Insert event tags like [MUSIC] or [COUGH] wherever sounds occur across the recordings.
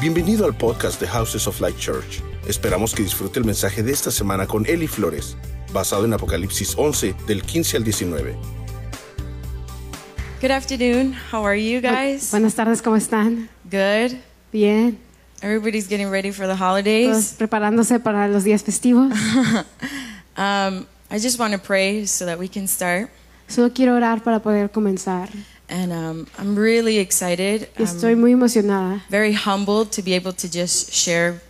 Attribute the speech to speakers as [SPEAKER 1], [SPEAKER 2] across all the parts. [SPEAKER 1] Bienvenido al podcast de Houses of Light Church. Esperamos que disfrute el mensaje de esta semana con Eli Flores, basado en Apocalipsis 11 del 15 al 19.
[SPEAKER 2] Good afternoon. How are you guys?
[SPEAKER 3] Buenas tardes, ¿cómo están?
[SPEAKER 2] Good.
[SPEAKER 3] Bien.
[SPEAKER 2] Everybody's getting ready for the
[SPEAKER 3] Todos
[SPEAKER 2] holidays.
[SPEAKER 3] preparándose para los días festivos.
[SPEAKER 2] Um, I just want to pray so that we can start.
[SPEAKER 3] Solo quiero orar para poder comenzar.
[SPEAKER 2] And um, I'm really excited.
[SPEAKER 3] Y
[SPEAKER 2] I'm
[SPEAKER 3] estoy muy emocionada
[SPEAKER 2] very humbled to be able to just share.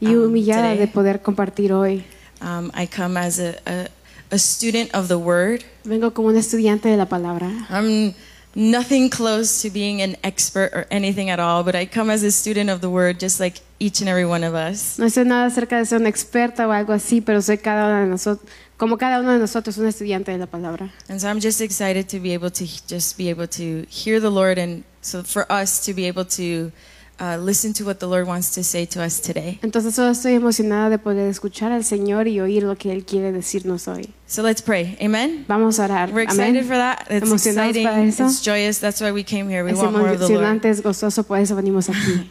[SPEAKER 3] y
[SPEAKER 2] um,
[SPEAKER 3] humillada
[SPEAKER 2] today.
[SPEAKER 3] de poder compartir hoy.
[SPEAKER 2] Um, I come as a, a, a student of the Word.
[SPEAKER 3] Vengo como un estudiante de la palabra.
[SPEAKER 2] I'm nothing close to being an expert or anything at all, but I come as a student of the Word, just like each and every one of us.
[SPEAKER 3] No sé nada acerca de ser una experta o algo así, pero soy cada uno de nosotros, como cada uno de nosotros, un estudiante de la palabra.
[SPEAKER 2] And so I'm just excited to be able to he- just be able to hear the Lord and so for us to be able to uh, listen to what the Lord wants to say to us today.
[SPEAKER 3] Entonces solo estoy emocionada de poder escuchar al Señor y oír lo que Él quiere decirnos hoy.
[SPEAKER 2] So let's pray. Amen.
[SPEAKER 3] Vamos a orar.
[SPEAKER 2] We're excited
[SPEAKER 3] Amén.
[SPEAKER 2] for that. It's
[SPEAKER 3] Emocionados
[SPEAKER 2] exciting.
[SPEAKER 3] para eso.
[SPEAKER 2] It's joyous. That's why we came here. We
[SPEAKER 3] Es
[SPEAKER 2] want more of the Lord.
[SPEAKER 3] emocionante, es gozoso, por eso venimos aquí.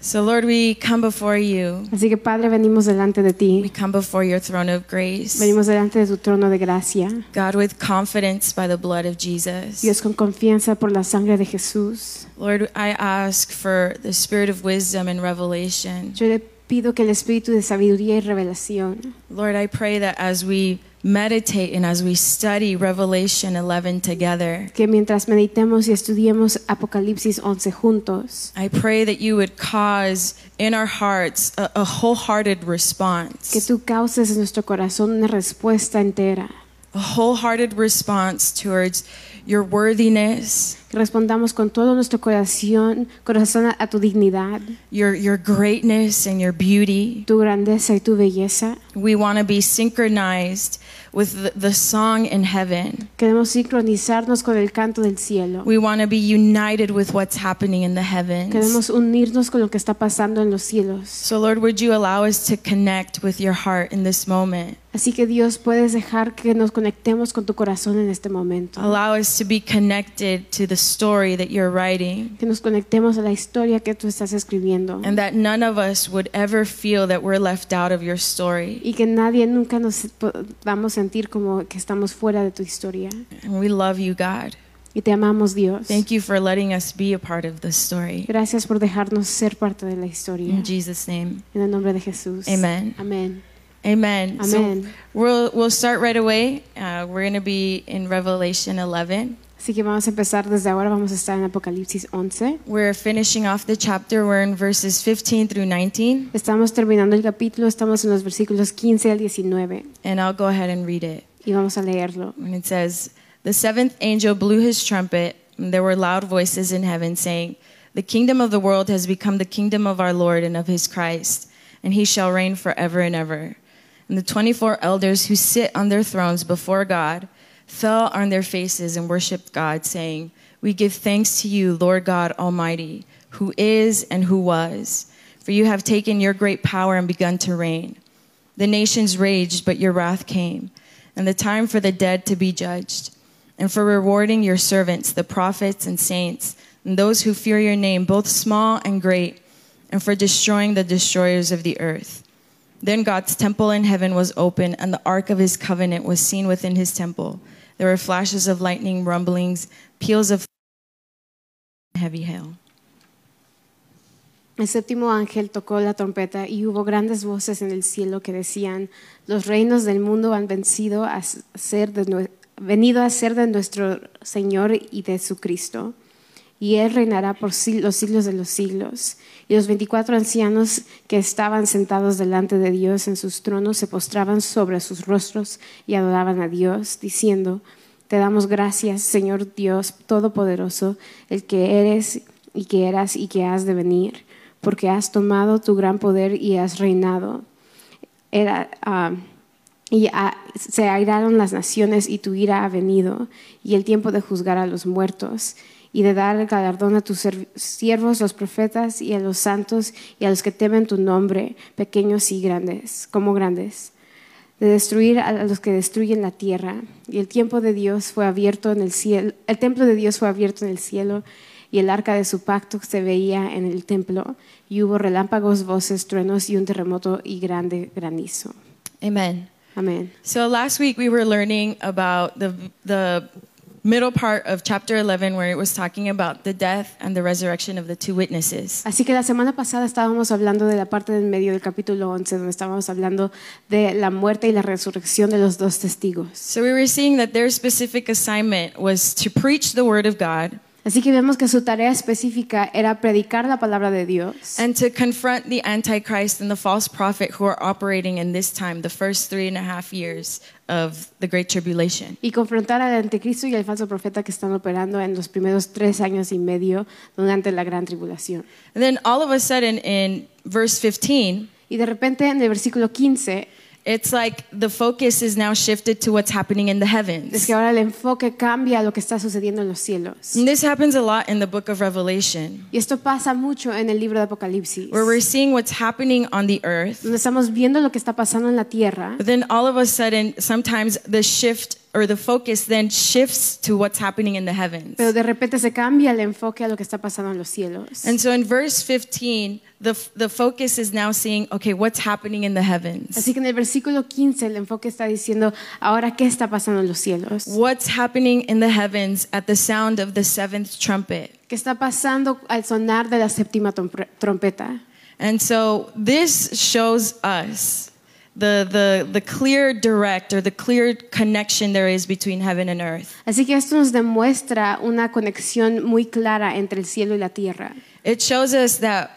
[SPEAKER 2] So Lord, we come before you.
[SPEAKER 3] Así que Padre, venimos delante de
[SPEAKER 2] We
[SPEAKER 3] ti.
[SPEAKER 2] come before your throne of grace.
[SPEAKER 3] Venimos delante de tu trono de gracia.
[SPEAKER 2] God, with confidence by the blood of Jesus.
[SPEAKER 3] Dios con confianza por la sangre de Jesús.
[SPEAKER 2] Lord, I ask for the spirit of wisdom and revelation.
[SPEAKER 3] Yo le pido que el espíritu de sabiduría y revelación.
[SPEAKER 2] Lord, I pray that as we meditate and as we study Revelation 11 together,
[SPEAKER 3] Que mientras meditemos y estudiemos Apocalipsis 11 juntos,
[SPEAKER 2] I pray that you would cause in our hearts a, a wholehearted
[SPEAKER 3] que
[SPEAKER 2] response,
[SPEAKER 3] tú causes en nuestro corazón una respuesta entera.
[SPEAKER 2] a wholehearted response towards your worthiness,
[SPEAKER 3] Que respondamos con todo nuestro corazón, corazón a, a tu dignidad,
[SPEAKER 2] your, your greatness, and your beauty.
[SPEAKER 3] tu grandeza y tu belleza.
[SPEAKER 2] We want to be synchronized with the, the song in heaven.
[SPEAKER 3] Queremos sincronizarnos con el canto del cielo.
[SPEAKER 2] We want to be united with what's happening in the heavens.
[SPEAKER 3] Queremos unirnos con lo que está pasando en los cielos.
[SPEAKER 2] So, Lord, would you allow us to connect with your heart in this moment?
[SPEAKER 3] Así que Dios, puedes dejar que nos conectemos con tu corazón en este momento.
[SPEAKER 2] Allow us to be connected to the story that you're writing,
[SPEAKER 3] Que nos conectemos a la historia que tú estás escribiendo.
[SPEAKER 2] and that none of us would ever feel that we're left out of your story.
[SPEAKER 3] Y que nadie nunca nos podamos sentir como que estamos fuera de tu historia.
[SPEAKER 2] And we love you, God.
[SPEAKER 3] Y te amamos, Dios.
[SPEAKER 2] Thank you for letting us be a part of this story.
[SPEAKER 3] Gracias por dejarnos ser parte de la historia.
[SPEAKER 2] In Jesus' name,
[SPEAKER 3] En el nombre de Jesús.
[SPEAKER 2] amen.
[SPEAKER 3] Amén.
[SPEAKER 2] Amen. So
[SPEAKER 3] Amén.
[SPEAKER 2] we'll, we'll start right away. Uh, we're going to be in Revelation 11.
[SPEAKER 3] Así que vamos a empezar desde ahora. Vamos a estar en Apocalipsis 11.
[SPEAKER 2] We're finishing off the chapter. We're in verses 15 through 19,
[SPEAKER 3] Estamos terminando el capítulo. Estamos en los versículos 15 al 19.
[SPEAKER 2] and I'll go ahead and read it.
[SPEAKER 3] Y vamos a leerlo.
[SPEAKER 2] And it says, The seventh angel blew his trumpet, and there were loud voices in heaven saying, The kingdom of the world has become the kingdom of our Lord and of his Christ, and he shall reign forever and ever. And the 24 elders who sit on their thrones before God fell on their faces and worshiped God, saying, We give thanks to you, Lord God Almighty, who is and who was, for you have taken your great power and begun to reign. The nations raged, but your wrath came, and the time for the dead to be judged, and for rewarding your servants, the prophets and saints, and those who fear your name, both small and great, and for destroying the destroyers of the earth. Then God's temple in heaven was open, and the ark of his covenant was seen within his temple. There were flashes of lightning, rumblings, peals of heavy hail.
[SPEAKER 3] El séptimo ángel tocó la trompeta y hubo grandes voces en el cielo que decían, los reinos del mundo han vencido a ser de nue- venido a ser de nuestro Señor y de su Cristo, y Él reinará por si- los siglos de los siglos. Y los veinticuatro ancianos que estaban sentados delante de Dios en sus tronos se postraban sobre sus rostros y adoraban a Dios, diciendo, te damos gracias, Señor Dios Todopoderoso, el que eres y que eras y que has de venir, porque has tomado tu gran poder y has reinado. Era, ah, y ah, se airaron las naciones y tu ira ha venido, y el tiempo de juzgar a los muertos, y de dar el galardón a tus serv- siervos, los profetas, y a los santos, y a los que temen tu nombre, pequeños y grandes, como grandes de destruir a los que destruyen la tierra. Y el tiempo de Dios fue abierto en el cielo, el templo de Dios fue abierto en el cielo, y el arca de su pacto se veía en el templo, y hubo relámpagos, voces, truenos y un terremoto y grande granizo.
[SPEAKER 2] Amen.
[SPEAKER 3] Amén.
[SPEAKER 2] So last week we were learning about the the middle part of chapter 11 where it was talking about the death and the resurrection of the two witnesses.
[SPEAKER 3] Así que la semana pasada estábamos hablando de la parte del medio del capítulo 11, donde estábamos hablando de la muerte y la resurrección de los dos testigos.
[SPEAKER 2] So we were seeing that their specific assignment was to preach the word of God
[SPEAKER 3] Así que vemos que su tarea específica era predicar la palabra de Dios
[SPEAKER 2] and to confront the antichrist and the false prophet who are operating in this time, the first three and a half years of the great tribulation.
[SPEAKER 3] y confrontar al anticristo y al falso profeta que están operando en los primeros tres años y medio durante la gran tribulación.
[SPEAKER 2] And then all of a sudden in verse 15,
[SPEAKER 3] Y de repente en el versículo 15
[SPEAKER 2] it's like the focus is now shifted to what's happening in the
[SPEAKER 3] es
[SPEAKER 2] heavens.
[SPEAKER 3] que ahora el enfoque cambia a lo que está sucediendo en los cielos.
[SPEAKER 2] And this happens a lot in the book of Revelation,
[SPEAKER 3] Y esto pasa mucho en el libro de Apocalipsis,
[SPEAKER 2] where we're seeing what's happening on the earth.
[SPEAKER 3] donde estamos viendo lo que está pasando en la tierra,
[SPEAKER 2] But then all of a sudden, sometimes the shift or the focus then shifts to what's happening in the heavens.
[SPEAKER 3] pero de repente se cambia el enfoque a lo que está pasando en los cielos.
[SPEAKER 2] And so in verse 15, the, the focus is now seeing, okay, what's happening in the heavens?
[SPEAKER 3] Así que en el versículo 15 el enfoque está diciendo, ahora qué está pasando en los cielos.
[SPEAKER 2] What's happening in the heavens at the sound of the seventh trumpet?
[SPEAKER 3] ¿Qué está pasando al sonar de la séptima trom- trompeta?
[SPEAKER 2] And so this shows us the, the, the clear direct or the clear connection there is between heaven and earth.
[SPEAKER 3] Así que esto nos demuestra una conexión muy clara entre el cielo y la tierra.
[SPEAKER 2] It shows us that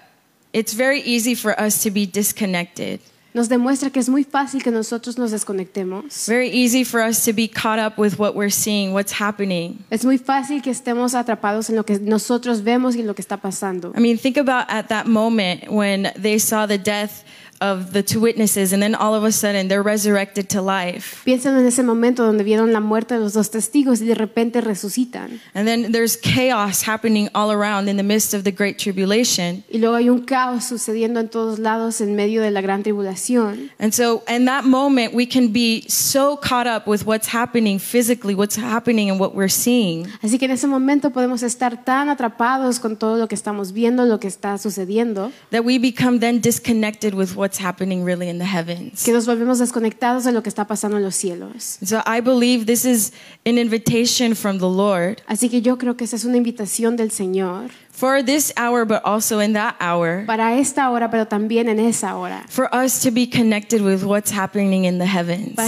[SPEAKER 2] it's very easy for us to be disconnected,
[SPEAKER 3] Nos demuestra que es muy fácil que nosotros nos desconectemos.
[SPEAKER 2] very easy for us to be caught up with what we're seeing, what's happening.
[SPEAKER 3] Es muy fácil que estemos atrapados en lo que nosotros vemos y en lo que está pasando.
[SPEAKER 2] I mean, think about at that moment when they saw the death of the two witnesses, and then all of a sudden they're resurrected to life.
[SPEAKER 3] Piensen en ese momento donde vieron la muerte de los dos testigos y de repente resucitan.
[SPEAKER 2] And then there's chaos happening all around in the midst of the Great Tribulation.
[SPEAKER 3] Y luego hay un caos sucediendo en todos lados en medio de la gran tribulación.
[SPEAKER 2] And so, in that moment, we can be so caught up with what's happening physically, what's happening, and what we're seeing,
[SPEAKER 3] Así que en ese momento podemos estar tan atrapados con todo lo que estamos viendo, lo que está sucediendo,
[SPEAKER 2] that we become then disconnected with what's happening really in the heavens.
[SPEAKER 3] que nos volvemos desconectados de lo que está pasando en los cielos.
[SPEAKER 2] So, I believe this is an invitation from the Lord
[SPEAKER 3] Así que yo creo que esa es una invitación del Señor
[SPEAKER 2] for this hour, but also in that hour.
[SPEAKER 3] para esta hora, pero también en esa hora,
[SPEAKER 2] for us to be connected with what's happening in the
[SPEAKER 3] para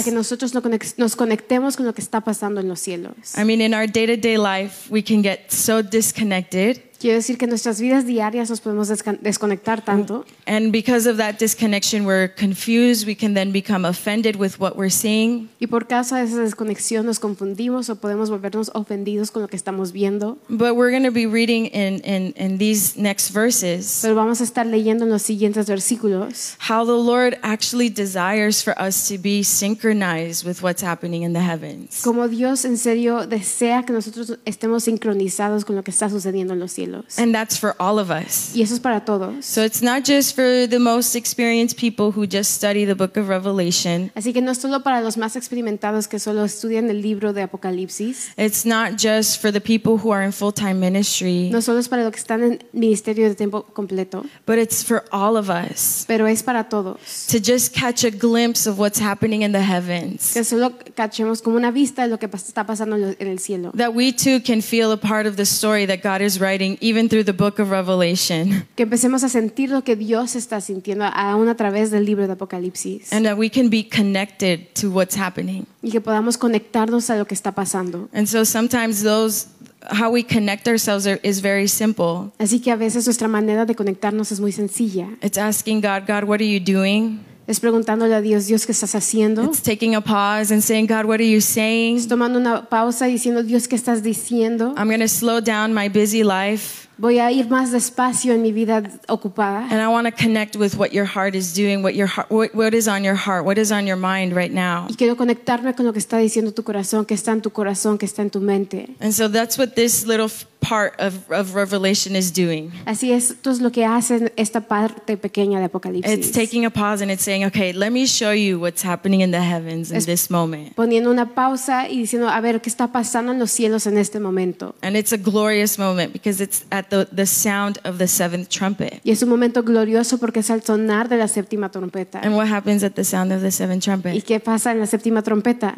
[SPEAKER 3] que
[SPEAKER 2] heavens.
[SPEAKER 3] nosotros no conex- nos conectemos con lo que está pasando en los cielos.
[SPEAKER 2] I mean, in our day to day life, we can get so disconnected.
[SPEAKER 3] Quiero decir que en nuestras vidas diarias nos podemos desca- desconectar tanto
[SPEAKER 2] And because of that disconnection, we're confused. We can then become offended with what we're seeing.
[SPEAKER 3] y por causa de esa desconexión nos confundimos o podemos volvernos ofendidos con lo que estamos viendo.
[SPEAKER 2] But we're going to be reading in, in, in these next verses
[SPEAKER 3] Pero vamos a estar leyendo en los siguientes versículos
[SPEAKER 2] how the Lord actually desires for us to be synchronized with what's happening in the heavens.
[SPEAKER 3] Como Dios en serio desea que nosotros estemos sincronizados con lo que está sucediendo en los cielos.
[SPEAKER 2] And that's for all of us.
[SPEAKER 3] Y eso es para todos.
[SPEAKER 2] So it's not just for the most experienced people who just study the book of Revelation.
[SPEAKER 3] Así que no es solo para los más experimentados que solo estudian el libro de Apocalipsis,
[SPEAKER 2] It's not just for the people who are in full time ministry,
[SPEAKER 3] no solo es para los que están en ministerio de tiempo completo,
[SPEAKER 2] but it's for all of us
[SPEAKER 3] pero es para todos.
[SPEAKER 2] to just catch a glimpse of what's happening in the heavens.
[SPEAKER 3] Que solo cachemos como una vista de lo que pas- está pasando en lo- en el cielo.
[SPEAKER 2] That we too can feel a part of the story that God is writing, even through the book of Revelation.
[SPEAKER 3] Que empecemos a sentir lo que Dios está sintiendo aún a través del libro de Apocalipsis.
[SPEAKER 2] And that we can be connected to what's happening.
[SPEAKER 3] Y que podamos conectarnos a lo que está pasando.
[SPEAKER 2] And so sometimes those, how we connect ourselves are, is very simple.
[SPEAKER 3] Así que a veces nuestra manera de conectarnos es muy sencilla.
[SPEAKER 2] It's asking God, God, what are you doing?
[SPEAKER 3] Es preguntándole a Dios, Dios, ¿qué estás haciendo?
[SPEAKER 2] It's taking a pause and saying, God, what are you saying?
[SPEAKER 3] Es tomando una pausa y diciendo, Dios, ¿qué estás diciendo?
[SPEAKER 2] I'm going to slow down my busy life.
[SPEAKER 3] Voy a ir más despacio en mi vida ocupada.
[SPEAKER 2] And I want to connect with what your heart is doing, what your heart, what, what is on your heart, what is on your mind right now.
[SPEAKER 3] Y quiero conectarme con lo que está diciendo tu corazón, que está en tu corazón, que está en tu mente.
[SPEAKER 2] And so that's what this little f- part of, of Revelation is doing.
[SPEAKER 3] Así es, esto es lo que hace esta parte pequeña de
[SPEAKER 2] It's
[SPEAKER 3] Apocalipsis.
[SPEAKER 2] taking a pause and it's saying, okay, let me show you what's happening in the heavens in
[SPEAKER 3] Es-
[SPEAKER 2] this moment.
[SPEAKER 3] poniendo una pausa y diciendo, a ver, ¿qué está pasando en los cielos en este momento?
[SPEAKER 2] And it's a glorious moment because it's at the, the sound of the seventh trumpet.
[SPEAKER 3] Y es un momento glorioso porque es al sonar de la séptima trompeta.
[SPEAKER 2] And what happens at the sound of the seventh
[SPEAKER 3] ¿Y
[SPEAKER 2] trumpet?
[SPEAKER 3] qué pasa en la séptima trompeta?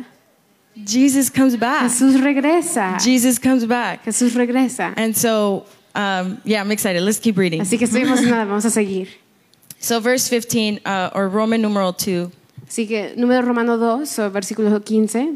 [SPEAKER 2] Jesus comes back.
[SPEAKER 3] Jesús regresa.
[SPEAKER 2] Jesus comes back.
[SPEAKER 3] Jesús regresa.
[SPEAKER 2] And so, um, yeah, I'm excited. Let's keep reading.
[SPEAKER 3] Así que estoy emocionada, vamos a seguir.
[SPEAKER 2] So, verse 15, uh, or Roman numeral 2,
[SPEAKER 3] Así que número romano 2, o versículo 15,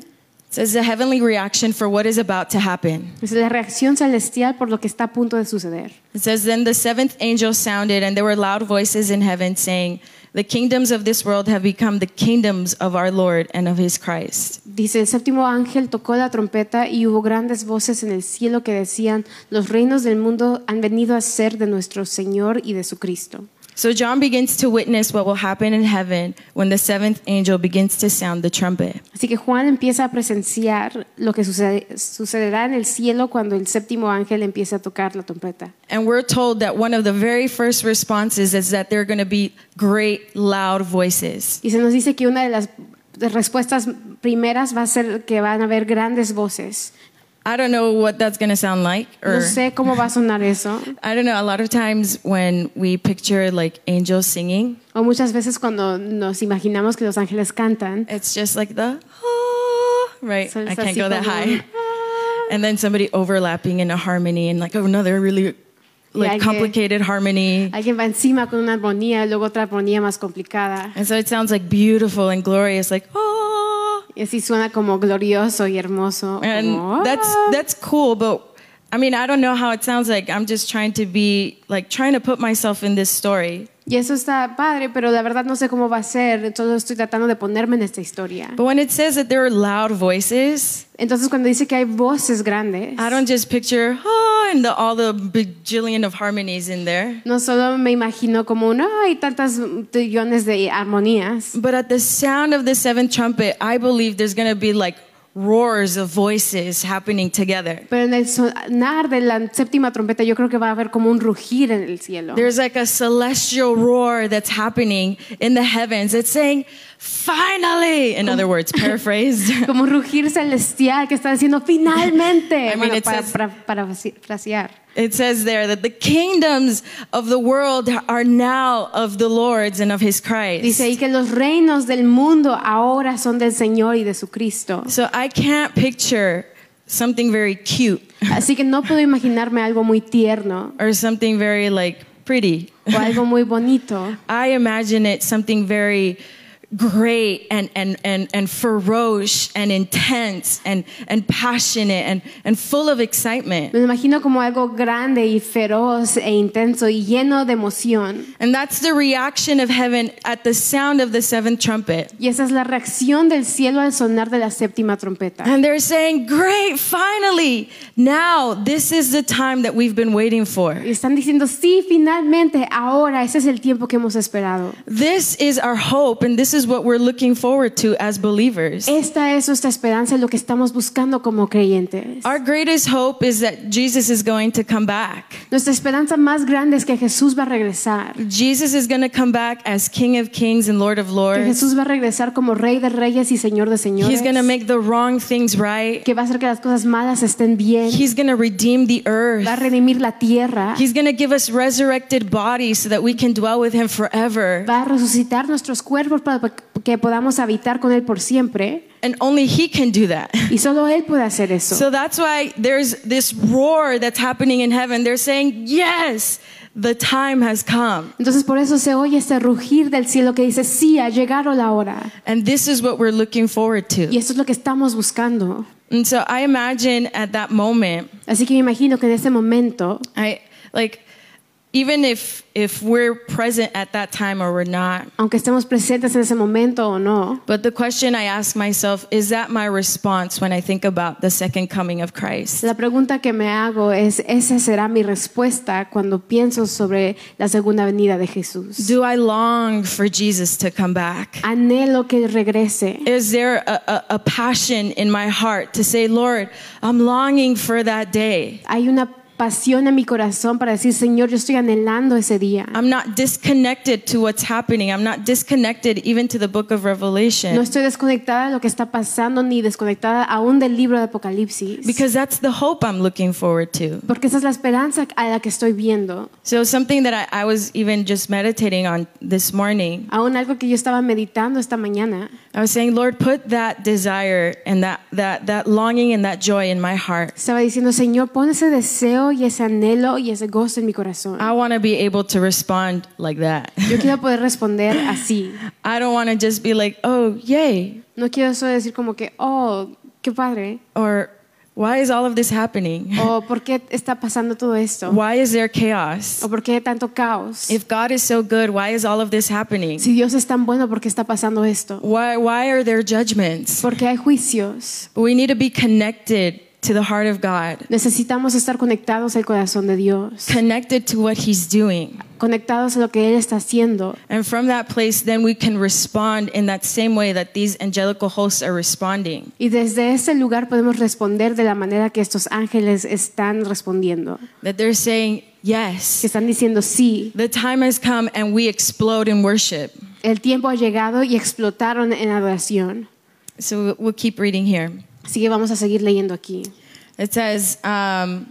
[SPEAKER 2] says the heavenly reaction for what is about to happen.
[SPEAKER 3] es Pues, la reacción celestial por lo que está a punto de suceder.
[SPEAKER 2] It says, Then the seventh angel sounded, and there were loud voices in heaven saying, The kingdoms of this world have become the kingdoms of our Lord and of his Christ.
[SPEAKER 3] Dice, el séptimo ángel tocó la trompeta y hubo grandes voces en el cielo que decían, los reinos del mundo han venido a ser de nuestro Señor y de su Cristo.
[SPEAKER 2] So John begins to witness what will happen in heaven when the seventh angel begins to sound the trumpet.
[SPEAKER 3] Así que Juan empieza a presenciar lo que sucede- sucederá en el cielo cuando el séptimo ángel empiece a tocar la trompeta.
[SPEAKER 2] And we're told that one of the very first responses is that there are going to be great loud voices.
[SPEAKER 3] Y se nos dice que una de las respuestas primeras va a ser que van a haber grandes voces.
[SPEAKER 2] I don't know what that's going to sound like or
[SPEAKER 3] No sé cómo va a sonar eso.
[SPEAKER 2] I don't know, a lot of times when we picture like angels singing,
[SPEAKER 3] O muchas veces cuando nos imaginamos que los ángeles cantan,
[SPEAKER 2] it's just like the "Ah," right?
[SPEAKER 3] So
[SPEAKER 2] I
[SPEAKER 3] it's
[SPEAKER 2] can't
[SPEAKER 3] así
[SPEAKER 2] go that
[SPEAKER 3] como- "Ah".
[SPEAKER 2] high. [LAUGHS] And then somebody overlapping in a harmony and like oh no, they're really like
[SPEAKER 3] alguien-
[SPEAKER 2] complicated harmony.
[SPEAKER 3] alguien va encima con una armonía, luego otra armonía más complicada.
[SPEAKER 2] And so it sounds like beautiful and glorious, like oh,
[SPEAKER 3] Y así suena como glorioso y hermoso.
[SPEAKER 2] and
[SPEAKER 3] como,
[SPEAKER 2] that's
[SPEAKER 3] "Ah".
[SPEAKER 2] that's cool. But I mean, I don't know how it sounds like. I'm just trying to be like trying to put myself in this story.
[SPEAKER 3] Y eso está padre, pero la verdad no sé cómo va a ser, entonces estoy tratando de ponerme en esta historia.
[SPEAKER 2] But when it says that there are loud voices,
[SPEAKER 3] Entonces cuando dice que hay voces grandes,
[SPEAKER 2] I don't just picture oh, and the, all the bajillion of harmonies in there.
[SPEAKER 3] no solo me imagino como un, "Ah, hay tantas trillones de armonías,
[SPEAKER 2] But at the sound of the seventh trumpet, I believe there's going to be like roars of voices happening together.
[SPEAKER 3] pero en el sonar de la séptima trompeta yo creo que va a haber como un rugir en el cielo.
[SPEAKER 2] There's like a celestial roar that's happening in the heavens. It's saying, finally, in other words, paraphrased. [LAUGHS]
[SPEAKER 3] Como un rugir celestial que está diciendo finalmente,
[SPEAKER 2] I mean,
[SPEAKER 3] Bueno,
[SPEAKER 2] it
[SPEAKER 3] para,
[SPEAKER 2] says-
[SPEAKER 3] para- para frasear.
[SPEAKER 2] It says there that the kingdoms of the world are now of the Lord's and of his
[SPEAKER 3] Dice
[SPEAKER 2] Christ.
[SPEAKER 3] ahí que los reinos del mundo ahora son del Señor y de su Cristo.
[SPEAKER 2] So I can't picture something very cute
[SPEAKER 3] Así que no puedo imaginarme algo muy tierno
[SPEAKER 2] or something very like pretty.
[SPEAKER 3] o algo muy bonito.
[SPEAKER 2] I imagine it something very great and, and, and, and ferocious and intense and, and passionate and, and full of excitement.
[SPEAKER 3] Me lo imagino como algo grande y feroz e intenso y lleno de emoción.
[SPEAKER 2] And that's the reaction of heaven at the sound of the seventh trumpet.
[SPEAKER 3] Y esa es la reacción del cielo al sonar de la séptima trompeta.
[SPEAKER 2] And they're saying, Great, finally, now this is the time that we've been waiting for.
[SPEAKER 3] Y están diciendo, sí, finalmente, ahora, ese es el tiempo que hemos esperado.
[SPEAKER 2] This is our hope, and this is what we're looking forward to as believers.
[SPEAKER 3] Esta es nuestra esperanza y lo que estamos buscando como creyentes.
[SPEAKER 2] Our greatest hope is that Jesus is going to come back.
[SPEAKER 3] Nuestra esperanza más grande es que Jesús va a regresar.
[SPEAKER 2] Jesus is going to come back as King of Kings and Lord of
[SPEAKER 3] Que
[SPEAKER 2] Lords.
[SPEAKER 3] Jesús va a regresar como Rey de Reyes y Señor de Señores.
[SPEAKER 2] He's going to make the wrong things right.
[SPEAKER 3] Que va a hacer que las cosas malas estén bien.
[SPEAKER 2] He's going to redeem the
[SPEAKER 3] va a
[SPEAKER 2] earth.
[SPEAKER 3] redimir la tierra,
[SPEAKER 2] He's going to give us resurrected bodies so that we can dwell with him forever.
[SPEAKER 3] va a resucitar nuestros cuerpos para que podamos habitar con Él por siempre.
[SPEAKER 2] And only he can do that.
[SPEAKER 3] Y solo Él puede hacer eso.
[SPEAKER 2] So that's why there's this roar that's happening in heaven. They're saying, Yes, the time has come.
[SPEAKER 3] Entonces por eso se oye este rugir del cielo que dice, sí, ha llegado la hora.
[SPEAKER 2] And this is what we're looking forward
[SPEAKER 3] Y
[SPEAKER 2] to.
[SPEAKER 3] eso es lo que estamos buscando.
[SPEAKER 2] And so I imagine at that moment,
[SPEAKER 3] Así que me imagino que en ese momento,
[SPEAKER 2] I like even if if we're present at that time or we're not.
[SPEAKER 3] aunque estemos presentes en ese momento o no,
[SPEAKER 2] But the question I ask myself is that my response when I think about the second coming of Christ?
[SPEAKER 3] la pregunta que me hago es, ¿esa será mi respuesta cuando pienso sobre la segunda venida de Jesús?
[SPEAKER 2] Do I long for Jesus to come back?
[SPEAKER 3] Anhelo que Él regrese.
[SPEAKER 2] Is there a, a, a passion in my heart to say, Lord, I'm longing for that day?
[SPEAKER 3] Hay una pasión en mi corazón para decir, Señor, yo estoy anhelando ese día.
[SPEAKER 2] I'm not disconnected to what's happening. I'm not disconnected even to the book of Revelation.
[SPEAKER 3] No estoy desconectada de lo que está pasando ni desconectada aún del libro de Apocalipsis.
[SPEAKER 2] Because that's the hope I'm looking forward to.
[SPEAKER 3] porque esa es la esperanza a la que estoy viendo.
[SPEAKER 2] So, something that I, I was even just meditating on this morning,
[SPEAKER 3] Aún algo que yo estaba meditando esta mañana.
[SPEAKER 2] I was saying, Lord, put that desire and that, that, that longing and that joy in my heart.
[SPEAKER 3] Estaba diciendo, Señor, pon ese deseo y ese anhelo y ese gozo en mi corazón.
[SPEAKER 2] I want to be able to respond like that. [LAUGHS]
[SPEAKER 3] Yo quiero poder responder así.
[SPEAKER 2] I don't want to just be like, oh, yay,
[SPEAKER 3] No quiero solo decir como que, oh, qué padre.
[SPEAKER 2] or why is all of this happening?
[SPEAKER 3] O por qué está pasando todo esto.
[SPEAKER 2] Why is there chaos?
[SPEAKER 3] O por qué tanto caos.
[SPEAKER 2] If God is so good, why is all of this happening?
[SPEAKER 3] Si Dios es tan bueno, ¿por qué está pasando esto?
[SPEAKER 2] Why, why are there judgments?
[SPEAKER 3] Porque hay juicios.
[SPEAKER 2] We need to be connected to the heart of God,
[SPEAKER 3] Necesitamos estar conectados al corazón de Dios.
[SPEAKER 2] connected to what He's doing.
[SPEAKER 3] Conectados a lo que Él está haciendo.
[SPEAKER 2] And from that place, then we can respond in that same way that these angelical hosts are responding.
[SPEAKER 3] Y desde ese lugar podemos responder de la manera que estos ángeles están respondiendo.
[SPEAKER 2] That they're saying,
[SPEAKER 3] Que
[SPEAKER 2] Yes,
[SPEAKER 3] están diciendo, sí,
[SPEAKER 2] the time has come and we explode in worship.
[SPEAKER 3] el tiempo ha llegado y explotaron en adoración.
[SPEAKER 2] So we'll keep reading here.
[SPEAKER 3] Así que vamos a seguir leyendo aquí.
[SPEAKER 2] It says, um,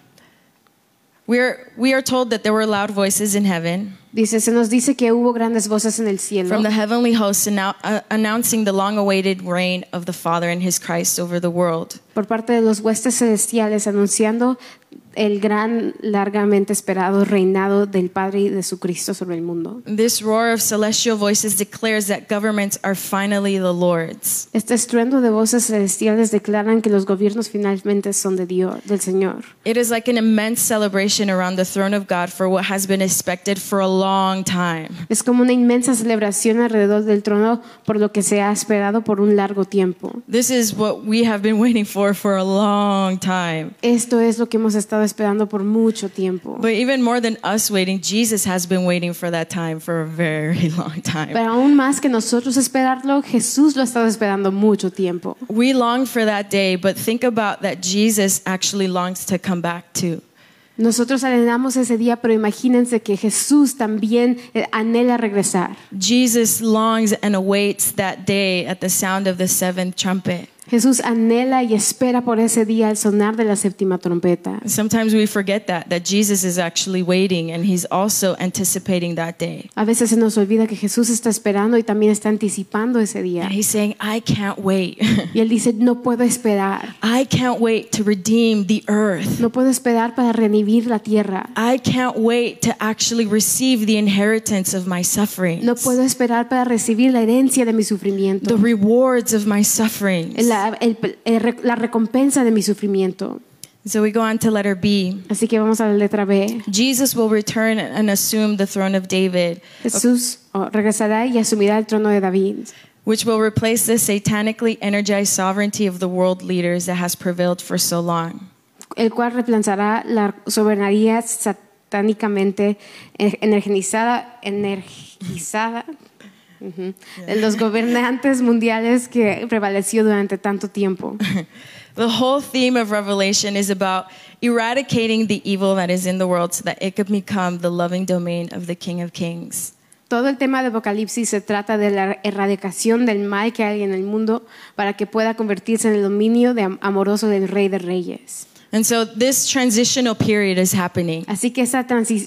[SPEAKER 2] we're, we are told that there were loud voices in heaven
[SPEAKER 3] Dice, se nos dice que hubo grandes voces en el cielo
[SPEAKER 2] from the heavenly hosts annou- uh, announcing the long awaited reign of the Father and his Christ over the world.
[SPEAKER 3] por parte de los huestes celestiales anunciando el gran, largamente esperado reinado del Padre y de su Cristo sobre el mundo.
[SPEAKER 2] This roar of celestial voices declares that governments are finally the Lord's.
[SPEAKER 3] Este estruendo de voces celestiales declaran que los gobiernos finalmente son de Dios, del Señor.
[SPEAKER 2] It is like an immense celebration around the throne of God for what has been expected for a long time.
[SPEAKER 3] Es como una inmensa celebración alrededor del trono por lo que se ha esperado por un largo tiempo.
[SPEAKER 2] This is what we have been [LAUGHS] waiting for for a long time.
[SPEAKER 3] Esto es lo que hemos estado esperando por mucho tiempo.
[SPEAKER 2] But even more than us waiting, Jesus has been waiting for that time for a very [LAUGHS] long time.
[SPEAKER 3] Pero aún más que nosotros esperarlo, Jesús lo ha estado esperando mucho tiempo.
[SPEAKER 2] We long for that day, but think about that Jesus actually longs to come back too.
[SPEAKER 3] Nosotros anhelamos ese día, pero imagínense que Jesús también eh, anhela regresar.
[SPEAKER 2] Jesus longs and awaits that day at the sound of the seventh trumpet.
[SPEAKER 3] Jesús anhela y espera por ese día al sonar de la séptima trompeta.
[SPEAKER 2] Sometimes we forget that, that Jesus is actually waiting and he's also anticipating that day.
[SPEAKER 3] A veces se nos olvida que Jesús está esperando y también está anticipando ese día.
[SPEAKER 2] And he's saying, I can't wait. [LAUGHS]
[SPEAKER 3] Y él dice, no puedo esperar.
[SPEAKER 2] I can't wait to redeem the earth.
[SPEAKER 3] No puedo esperar para renivir la tierra.
[SPEAKER 2] I can't wait to actually receive the inheritance of my sufferings,
[SPEAKER 3] No puedo esperar para recibir la herencia de mi
[SPEAKER 2] the
[SPEAKER 3] sufrimiento,
[SPEAKER 2] rewards of my sufferings.
[SPEAKER 3] la, el- el re- la recompensa de mi sufrimiento.
[SPEAKER 2] So we go on to letter B.
[SPEAKER 3] Así que vamos a la letra B.
[SPEAKER 2] Jesus will return and assume the throne of David,
[SPEAKER 3] Jesús oh, regresará y asumirá el trono de David,
[SPEAKER 2] which will replace the satanically energized sovereignty of the world leaders that has prevailed for so long.
[SPEAKER 3] el cual reemplazará la soberanía satánicamente eh, energizada, energizada ujú, de los gobernantes mundiales que prevaleció durante tanto tiempo.
[SPEAKER 2] The whole theme of Revelation is about eradicating the evil that is in the world so that it could become the loving domain of the King of Kings.
[SPEAKER 3] Todo el tema de Apocalipsis se trata de la erradicación del mal que hay en el mundo para que pueda convertirse en el dominio de am- amoroso del Rey de Reyes.
[SPEAKER 2] And so this transitional period is happening.
[SPEAKER 3] Así que ese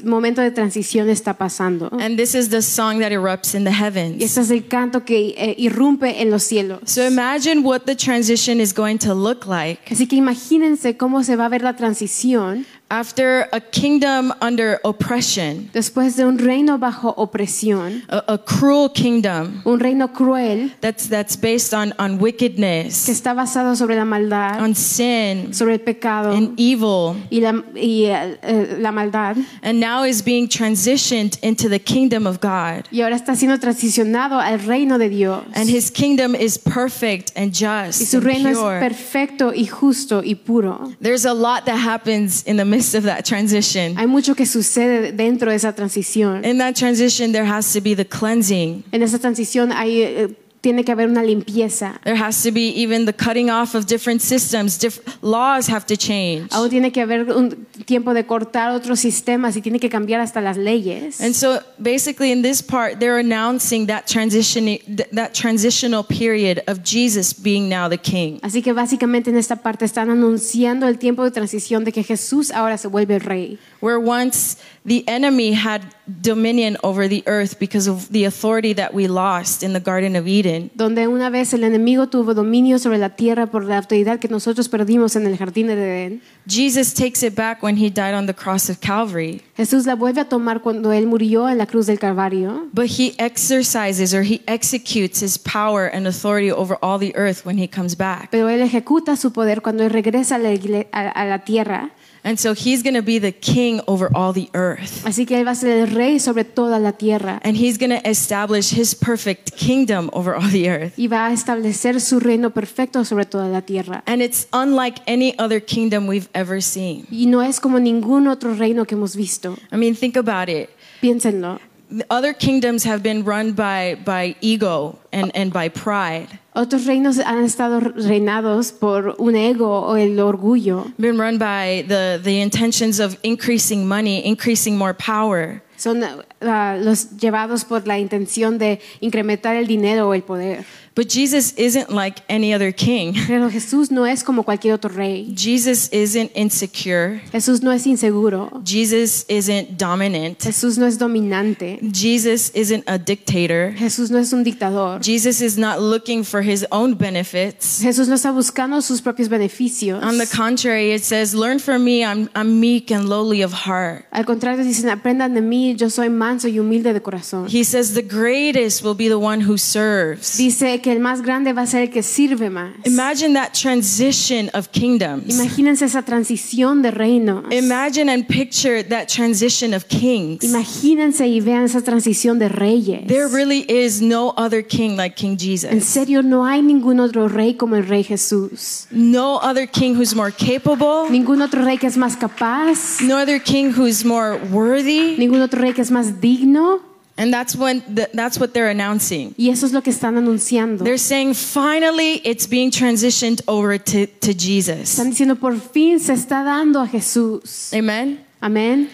[SPEAKER 3] momento de transición está pasando.
[SPEAKER 2] And this is the song that erupts in the
[SPEAKER 3] Y
[SPEAKER 2] heavens.
[SPEAKER 3] este es el canto que eh, irrumpe en los cielos.
[SPEAKER 2] So imagine what the transition is going to look like
[SPEAKER 3] Así que imagínense cómo se va a ver la transición
[SPEAKER 2] after a kingdom under oppression,
[SPEAKER 3] después de un reino bajo opresión,
[SPEAKER 2] a, a cruel kingdom
[SPEAKER 3] un reino cruel
[SPEAKER 2] that's, that's based on, on
[SPEAKER 3] que
[SPEAKER 2] wickedness,
[SPEAKER 3] está basado sobre la maldad,
[SPEAKER 2] on sin,
[SPEAKER 3] sobre el pecado
[SPEAKER 2] and evil,
[SPEAKER 3] y la, y, eh, eh, la maldad.
[SPEAKER 2] and now is being transitioned into the kingdom of God.
[SPEAKER 3] Y ahora está siendo transicionado al reino de Dios.
[SPEAKER 2] And his kingdom is perfect and
[SPEAKER 3] Y
[SPEAKER 2] just
[SPEAKER 3] su
[SPEAKER 2] and
[SPEAKER 3] reino es
[SPEAKER 2] pure.
[SPEAKER 3] perfecto y justo y puro.
[SPEAKER 2] There's a lot that happens in the midst of that transition.
[SPEAKER 3] Hay mucho que sucede
[SPEAKER 2] Eh.
[SPEAKER 3] dentro de esa transición.
[SPEAKER 2] In that transition, there has to be the cleansing,
[SPEAKER 3] En esa transición hay eh, tiene que haber una limpieza.
[SPEAKER 2] There has to be even the cutting off of different systems. Diff- laws have to change.
[SPEAKER 3] Aún tiene que haber un tiempo de cortar otros sistemas y tiene que cambiar hasta las leyes.
[SPEAKER 2] And so basically in this part they're announcing that transition th- that transitional period of Jesus being now the king.
[SPEAKER 3] Así que básicamente en esta parte están anunciando el tiempo de transición de que Jesús ahora se vuelve el rey.
[SPEAKER 2] Where once the enemy had dominion over the earth because of the authority that we lost in the garden of Eden.
[SPEAKER 3] Donde una vez el enemigo tuvo dominio sobre la tierra por la autoridad que nosotros perdimos en el jardín de Edén,
[SPEAKER 2] Jesus takes it back when he died on the cross of Calvary,
[SPEAKER 3] Jesús la vuelve a tomar cuando él murió en la cruz del Calvario,
[SPEAKER 2] but he exercises or he executes his power and authority over all the earth when he comes back.
[SPEAKER 3] pero él ejecuta su poder cuando él regresa a la, igle- a- a la tierra.
[SPEAKER 2] And so he's going to be the king over all the earth.
[SPEAKER 3] Así que él va a ser el rey sobre toda la tierra
[SPEAKER 2] And he's going to establish his perfect kingdom over all the earth.
[SPEAKER 3] y va a establecer su reino perfecto sobre toda la tierra.
[SPEAKER 2] And it's unlike any other kingdom we've ever seen.
[SPEAKER 3] Y no es como ningún otro reino que hemos visto.
[SPEAKER 2] I mean, think about it.
[SPEAKER 3] Piénsenlo.
[SPEAKER 2] The Other kingdoms have been run by, by ego and, and by pride,
[SPEAKER 3] Otros reinos han estado reinados por un ego o el orgullo,
[SPEAKER 2] been run by the, the intentions of increasing money, increasing more power.
[SPEAKER 3] son ah, los llevados por la intención de incrementar el dinero o el poder.
[SPEAKER 2] But Jesus isn't like any other king. [LAUGHS]
[SPEAKER 3] Pero Jesús no es como cualquier otro rey.
[SPEAKER 2] Jesus isn't insecure.
[SPEAKER 3] Jesús no es inseguro.
[SPEAKER 2] Jesus isn't dominant.
[SPEAKER 3] Jesús no es dominante.
[SPEAKER 2] Jesus isn't a dictator.
[SPEAKER 3] Jesús no es un dictador.
[SPEAKER 2] Jesus is not looking for his own benefits.
[SPEAKER 3] Jesús no está buscando sus propios beneficios.
[SPEAKER 2] On the contrary, it says, Learn from me, I'm, I'm meek and lowly of heart.
[SPEAKER 3] Al contrario, dicen, aprendan de mí, yo soy manso y humilde de corazón.
[SPEAKER 2] He says, The greatest will be the one who serves.
[SPEAKER 3] Dice que el más grande va a ser el que sirve más.
[SPEAKER 2] Imagine that transition of kingdoms.
[SPEAKER 3] Imagínense esa transición de reinos.
[SPEAKER 2] Imagine and picture that transition of kings.
[SPEAKER 3] Imagínense y vean esa transición de reyes.
[SPEAKER 2] There really is no other king like King
[SPEAKER 3] En
[SPEAKER 2] Jesus.
[SPEAKER 3] serio, no hay ningún otro rey como el rey Jesús.
[SPEAKER 2] No other king who's more capable,
[SPEAKER 3] Ningún otro rey que es más capaz.
[SPEAKER 2] no other king who's more worthy.
[SPEAKER 3] Ningún otro rey que es más digno.
[SPEAKER 2] And that's, when th- that's what they're announcing.
[SPEAKER 3] Y eso es lo que están anunciando.
[SPEAKER 2] They're saying finally it's being transitioned over to, to Jesus.
[SPEAKER 3] Están diciendo, por fin se está dando a Jesús.
[SPEAKER 2] Amen.
[SPEAKER 3] Amén.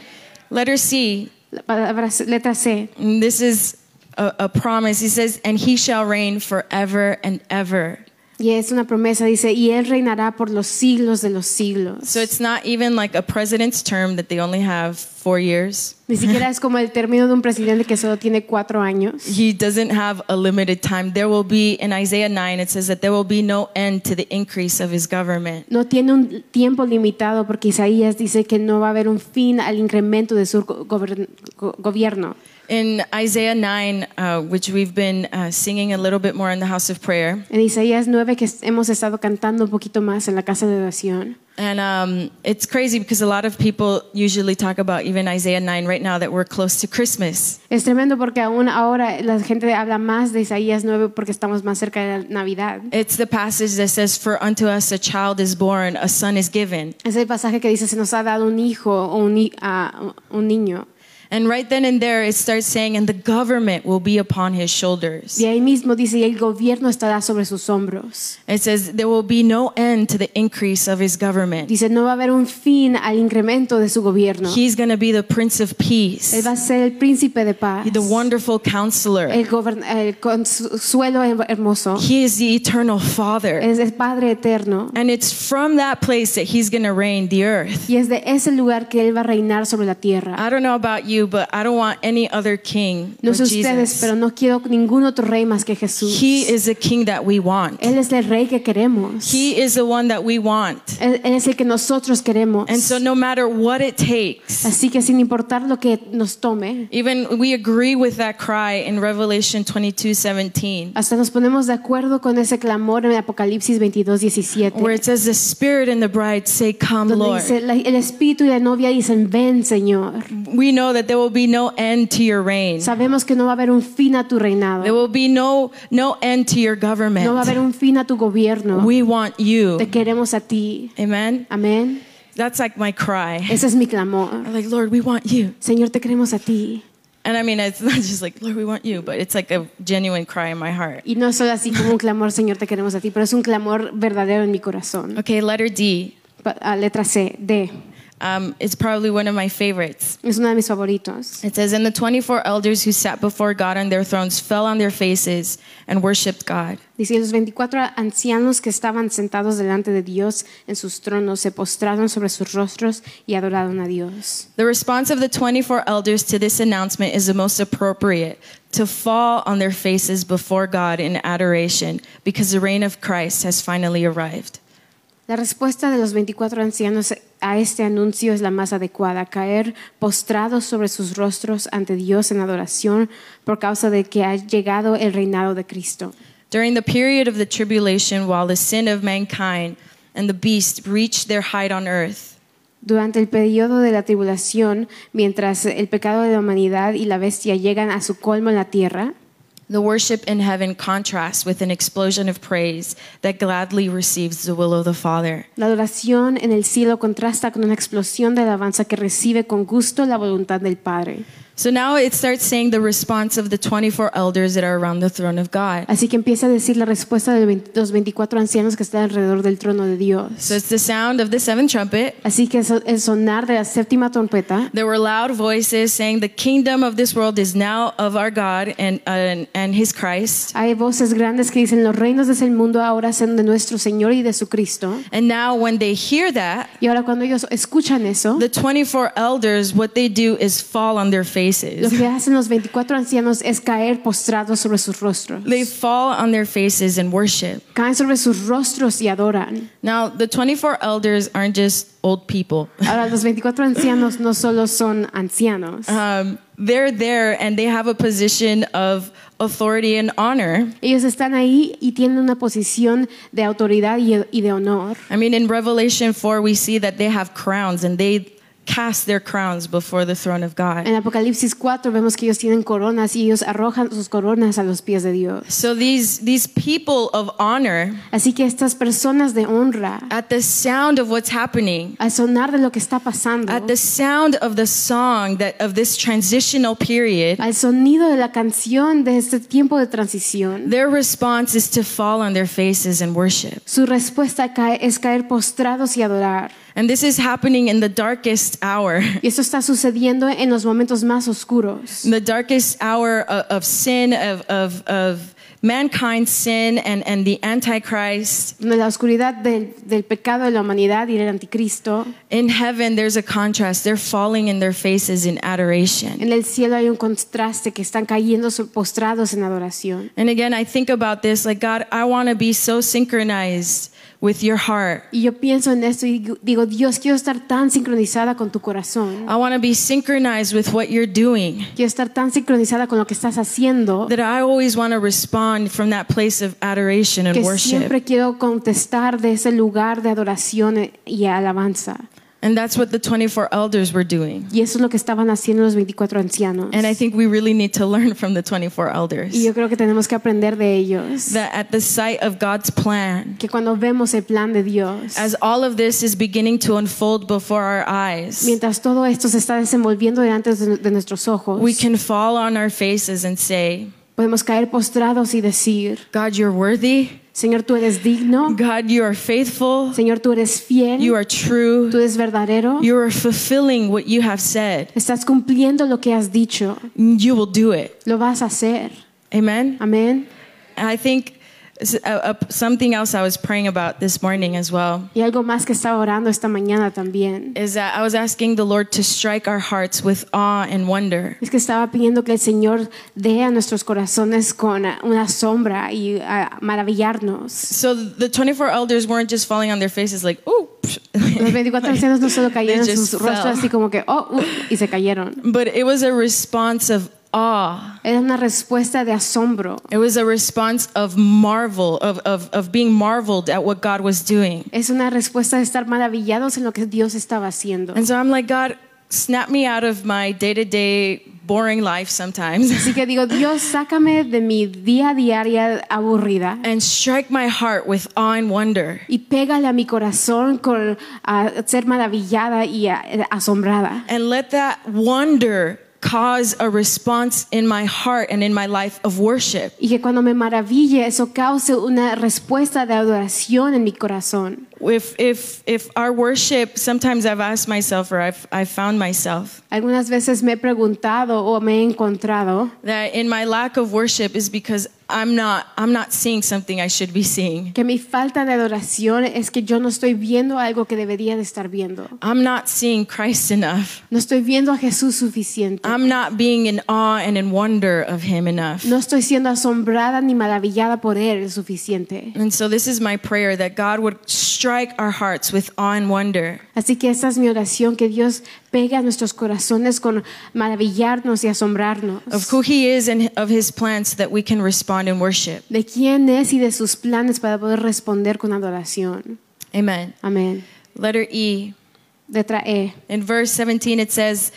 [SPEAKER 2] Letter C,
[SPEAKER 3] La palabra- letra C.
[SPEAKER 2] and this is a, a promise. He says, and he shall reign forever and ever.
[SPEAKER 3] Y es una promesa, dice, y él reinará por los siglos de los siglos.
[SPEAKER 2] So it's not even like a president's term that they only have four years.
[SPEAKER 3] Ni siquiera es como el término de un presidente que solo tiene cuatro años.
[SPEAKER 2] He doesn't have a limited time. There will be, in Isaiah 9, it says that there will be no end to the increase of his government.
[SPEAKER 3] No tiene un tiempo limitado porque Isaías dice que no va a haber un fin al incremento de su go- gobern- go- gobierno.
[SPEAKER 2] In Isaiah 9, uh, which we've been uh, singing a little bit more in the house of prayer,
[SPEAKER 3] En Isaías 9 que es- hemos estado cantando un poquito más en la casa de oración.
[SPEAKER 2] And um, it's crazy because a lot of people usually talk about even Isaiah 9 right now that we're close to Christmas.
[SPEAKER 3] Es tremendo porque aún ahora la gente habla más de Isaías 9 porque estamos más cerca de la Navidad.
[SPEAKER 2] It's the passage that says, For unto us a child is born, a son is given.
[SPEAKER 3] Es el pasaje que dice se nos ha dado un hijo o un, hi- a un niño.
[SPEAKER 2] And right then and there, it starts saying, And the government will be upon his shoulders.
[SPEAKER 3] Y ahí mismo dice, y el gobierno estará sobre sus hombros.
[SPEAKER 2] It says, There will be no end to the increase of his government.
[SPEAKER 3] Dice, no va a haber un fin al incremento de su gobierno.
[SPEAKER 2] He's going to be the Prince of
[SPEAKER 3] Él
[SPEAKER 2] Peace,
[SPEAKER 3] va a ser el príncipe de paz,
[SPEAKER 2] the wonderful counselor.
[SPEAKER 3] el, eh, gobern- el consuelo hermoso,
[SPEAKER 2] He is the eternal Father.
[SPEAKER 3] es el Padre eterno.
[SPEAKER 2] And it's from that place that he's going to reign the earth.
[SPEAKER 3] Y es de ese lugar que Él va a reinar sobre la tierra.
[SPEAKER 2] I don't know about you, but I don't want any other king
[SPEAKER 3] No
[SPEAKER 2] but
[SPEAKER 3] sé ustedes,
[SPEAKER 2] Jesus.
[SPEAKER 3] pero no quiero ningún otro rey más que Jesús.
[SPEAKER 2] He is the king that we want.
[SPEAKER 3] Él es el rey que queremos.
[SPEAKER 2] He is the one that we want.
[SPEAKER 3] él, Él es el que nosotros queremos.
[SPEAKER 2] And so no matter what it takes,
[SPEAKER 3] Así que sin importar lo que nos tome,
[SPEAKER 2] even we agree with that cry in Revelation 22, 17,
[SPEAKER 3] hasta nos ponemos de acuerdo con ese clamor en Apocalipsis 22, 17.
[SPEAKER 2] where it says the spirit and the bride say, come,
[SPEAKER 3] donde
[SPEAKER 2] Lord.
[SPEAKER 3] dice, la- el espíritu y la novia dicen, ven Señor.
[SPEAKER 2] We know that there will be no end to your reign.
[SPEAKER 3] Sabemos que no va a haber un fin a tu reinado.
[SPEAKER 2] There will be no, no end to your
[SPEAKER 3] No va a
[SPEAKER 2] government.
[SPEAKER 3] haber un fin a tu gobierno.
[SPEAKER 2] We want you.
[SPEAKER 3] Te queremos a ti.
[SPEAKER 2] Amen.
[SPEAKER 3] Amén.
[SPEAKER 2] That's like my cry.
[SPEAKER 3] Ese es mi clamor.
[SPEAKER 2] I'm like, Lord, we want you.
[SPEAKER 3] Señor, te queremos a ti.
[SPEAKER 2] And I mean, it's [LAUGHS] not just like, Lord, we want you, but it's like a genuine cry in my heart.
[SPEAKER 3] Y no es solo así como un clamor, Señor, te queremos a ti, pero es un clamor verdadero en mi corazón.
[SPEAKER 2] Okay, letter D.
[SPEAKER 3] Pa- ah, letra C, D.
[SPEAKER 2] Um, it's probably one of my favorites.
[SPEAKER 3] Es uno de mis favoritos.
[SPEAKER 2] It says, And the 24 elders who sat before God on their thrones fell on their faces and worshiped God.
[SPEAKER 3] Dice, los 24 ancianos que estaban sentados delante de Dios en sus tronos se postraron sobre sus rostros y adoraron a Dios.
[SPEAKER 2] The response of the 24 elders to this announcement is the most appropriate to fall on their faces before God in adoration because the reign of Christ has finally arrived.
[SPEAKER 3] La respuesta de los 24 ancianos a este anuncio es la más adecuada, caer postrados sobre sus rostros ante Dios en adoración por causa de que ha llegado el reinado de Cristo.
[SPEAKER 2] During the period of the tribulation, while the sin of mankind and the beast reached their height on earth,
[SPEAKER 3] Durante el periodo de la tribulación, mientras el pecado de la humanidad y la bestia llegan a su colmo en la tierra,
[SPEAKER 2] the worship in heaven contrasts with an explosion of praise that gladly receives the will of the Father.
[SPEAKER 3] la adoración en el cielo contrasta con una explosión de alabanza que recibe con gusto la voluntad del Padre.
[SPEAKER 2] So now it starts saying the response of the 24 elders that are around the throne of God.
[SPEAKER 3] Así que empieza a decir la respuesta de los 24 ancianos que están alrededor del trono de Dios.
[SPEAKER 2] So it's the sound of the seventh trumpet.
[SPEAKER 3] Así que so- el sonar de la séptima trompeta,
[SPEAKER 2] There were loud voices saying, The kingdom of this world is now of our God and, and, and his Christ.
[SPEAKER 3] hay voces grandes que dicen, los reinos de ese mundo ahora son de nuestro Señor y de su Cristo.
[SPEAKER 2] And now, when they hear that,
[SPEAKER 3] Y ahora cuando ellos escuchan eso,
[SPEAKER 2] the 24 elders, what they do is fall on their
[SPEAKER 3] lo [LAUGHS]
[SPEAKER 2] faces.
[SPEAKER 3] que hacen los 24 ancianos es caer postrados sobre sus rostros.
[SPEAKER 2] They fall on their faces and worship.
[SPEAKER 3] Caen sobre sus rostros y adoran.
[SPEAKER 2] Now, the 24 elders aren't just old people,
[SPEAKER 3] Ahora, los 24 ancianos no solo son ancianos,
[SPEAKER 2] um, they're there and they have a position of authority and honor.
[SPEAKER 3] ellos están ahí y tienen una posición de autoridad y, y de honor.
[SPEAKER 2] I mean, in Revelation 4, we see that they have crowns and they cast their crowns before the throne of God.
[SPEAKER 3] En Apocalipsis 4 vemos que ellos tienen coronas y ellos arrojan sus coronas a los pies de Dios.
[SPEAKER 2] So these these people of honor
[SPEAKER 3] Así que estas personas de honra,
[SPEAKER 2] at the sound of what's happening
[SPEAKER 3] al sonar de lo que está pasando,
[SPEAKER 2] at the sound of the song that of this transitional period
[SPEAKER 3] al sonido de la canción de este tiempo de transición,
[SPEAKER 2] their response is to fall on their faces and worship
[SPEAKER 3] su respuesta cae- es caer postrados y adorar.
[SPEAKER 2] and this is happening in the darkest hour [LAUGHS]
[SPEAKER 3] Y esto está sucediendo en los momentos más oscuros.
[SPEAKER 2] in the darkest hour of, of sin of of of mankind's sin and and the antichrist
[SPEAKER 3] En la oscuridad del, del pecado de la humanidad y del anticristo,
[SPEAKER 2] in heaven there's a contrast they're falling in their faces in adoration
[SPEAKER 3] en el cielo hay un contraste que están cayendo so- postrados en adoración.
[SPEAKER 2] And again, I think about this like, God, I want to be so synchronized with your heart.
[SPEAKER 3] Y yo pienso en esto y digo- digo, Dios, quiero estar tan sincronizada con tu corazón,
[SPEAKER 2] I want to be synchronized with what you're doing
[SPEAKER 3] quiero estar tan sincronizada con lo que estás haciendo,
[SPEAKER 2] that I always want to respond from that place of adoration and
[SPEAKER 3] que
[SPEAKER 2] worship.
[SPEAKER 3] siempre quiero contestar de ese lugar de adoración e- y alabanza.
[SPEAKER 2] And that's what the 24 elders were doing.
[SPEAKER 3] Y eso es lo que estaban haciendo los 24 ancianos.
[SPEAKER 2] And I think we really need to learn from the 24
[SPEAKER 3] Y
[SPEAKER 2] elders
[SPEAKER 3] yo creo que tenemos que aprender de ellos,
[SPEAKER 2] that at the sight of God's plan,
[SPEAKER 3] que cuando vemos el plan de Dios,
[SPEAKER 2] as all of this is beginning to unfold before our eyes,
[SPEAKER 3] mientras todo esto se está desenvolviendo delante de de nuestros ojos,
[SPEAKER 2] we can fall on our faces and say,
[SPEAKER 3] podemos caer postrados y decir,
[SPEAKER 2] God, you're worthy.
[SPEAKER 3] Señor, tú eres digno,
[SPEAKER 2] God, you are faithful.
[SPEAKER 3] Señor, tú eres fiel,
[SPEAKER 2] You are true.
[SPEAKER 3] tú eres verdadero,
[SPEAKER 2] You are fulfilling what you have said.
[SPEAKER 3] estás cumpliendo lo que has dicho,
[SPEAKER 2] You will do it.
[SPEAKER 3] lo vas a hacer.
[SPEAKER 2] Amen.
[SPEAKER 3] Amén.
[SPEAKER 2] And I think s- uh, uh, something else I was praying about this morning as well
[SPEAKER 3] Y algo más que estaba orando esta mañana también,
[SPEAKER 2] is that I was asking the Lord to strike our hearts with awe and wonder.
[SPEAKER 3] es que estaba pidiendo que el Señor dé a nuestros corazones con ah, una sombra y ah, maravillarnos.
[SPEAKER 2] So the 24 elders weren't just falling on their faces like, ooh, psh," [LAUGHS]
[SPEAKER 3] Los 24 ancianos no solo cayeron
[SPEAKER 2] They
[SPEAKER 3] en
[SPEAKER 2] just
[SPEAKER 3] sus rostros
[SPEAKER 2] fell.
[SPEAKER 3] así como que, oh, uh, y se cayeron.
[SPEAKER 2] but it was a response of awe.
[SPEAKER 3] Era una respuesta de asombro.
[SPEAKER 2] It was a response of marvel, of, of, of being marveled at what God was doing.
[SPEAKER 3] Es una respuesta de estar maravillados en lo que Dios estaba haciendo.
[SPEAKER 2] And so I'm like, God, snap me out of my day to day boring life sometimes [LAUGHS]
[SPEAKER 3] Así que digo, Dios, sácame de mi día diaria aburrida
[SPEAKER 2] and strike my heart with awe and wonder.
[SPEAKER 3] y pégale a mi corazón con ah, ser maravillada y ah, eh, asombrada.
[SPEAKER 2] And let that wonder cause a response in my heart and in my life of worship.
[SPEAKER 3] y que cuando me maraville eso cause una respuesta de adoración en mi corazón.
[SPEAKER 2] If, if, if our worship, sometimes I've asked myself or I've, I've found myself
[SPEAKER 3] Algunas veces me he preguntado o me he encontrado
[SPEAKER 2] that in my lack of worship is because I'm not, I'm not seeing something I should be seeing.
[SPEAKER 3] que mi falta de adoración es que yo no estoy viendo algo que debería de estar viendo.
[SPEAKER 2] I'm not seeing Christ enough.
[SPEAKER 3] No estoy viendo a Jesús suficiente.
[SPEAKER 2] I'm not being in awe and in wonder of Him enough.
[SPEAKER 3] No estoy siendo asombrada ni maravillada por Él el suficiente.
[SPEAKER 2] And so, this is my prayer that God would strike our hearts with awe and wonder.
[SPEAKER 3] Así que esa es mi oración, que Dios pegue a nuestros corazones con maravillarnos y asombrarnos
[SPEAKER 2] of who he is and of his plans so that we can respond in worship.
[SPEAKER 3] de quién es y de sus planes para poder responder con adoración.
[SPEAKER 2] Amen.
[SPEAKER 3] Amén.
[SPEAKER 2] Letter E.
[SPEAKER 3] Letra E.
[SPEAKER 2] In verse 17 it says,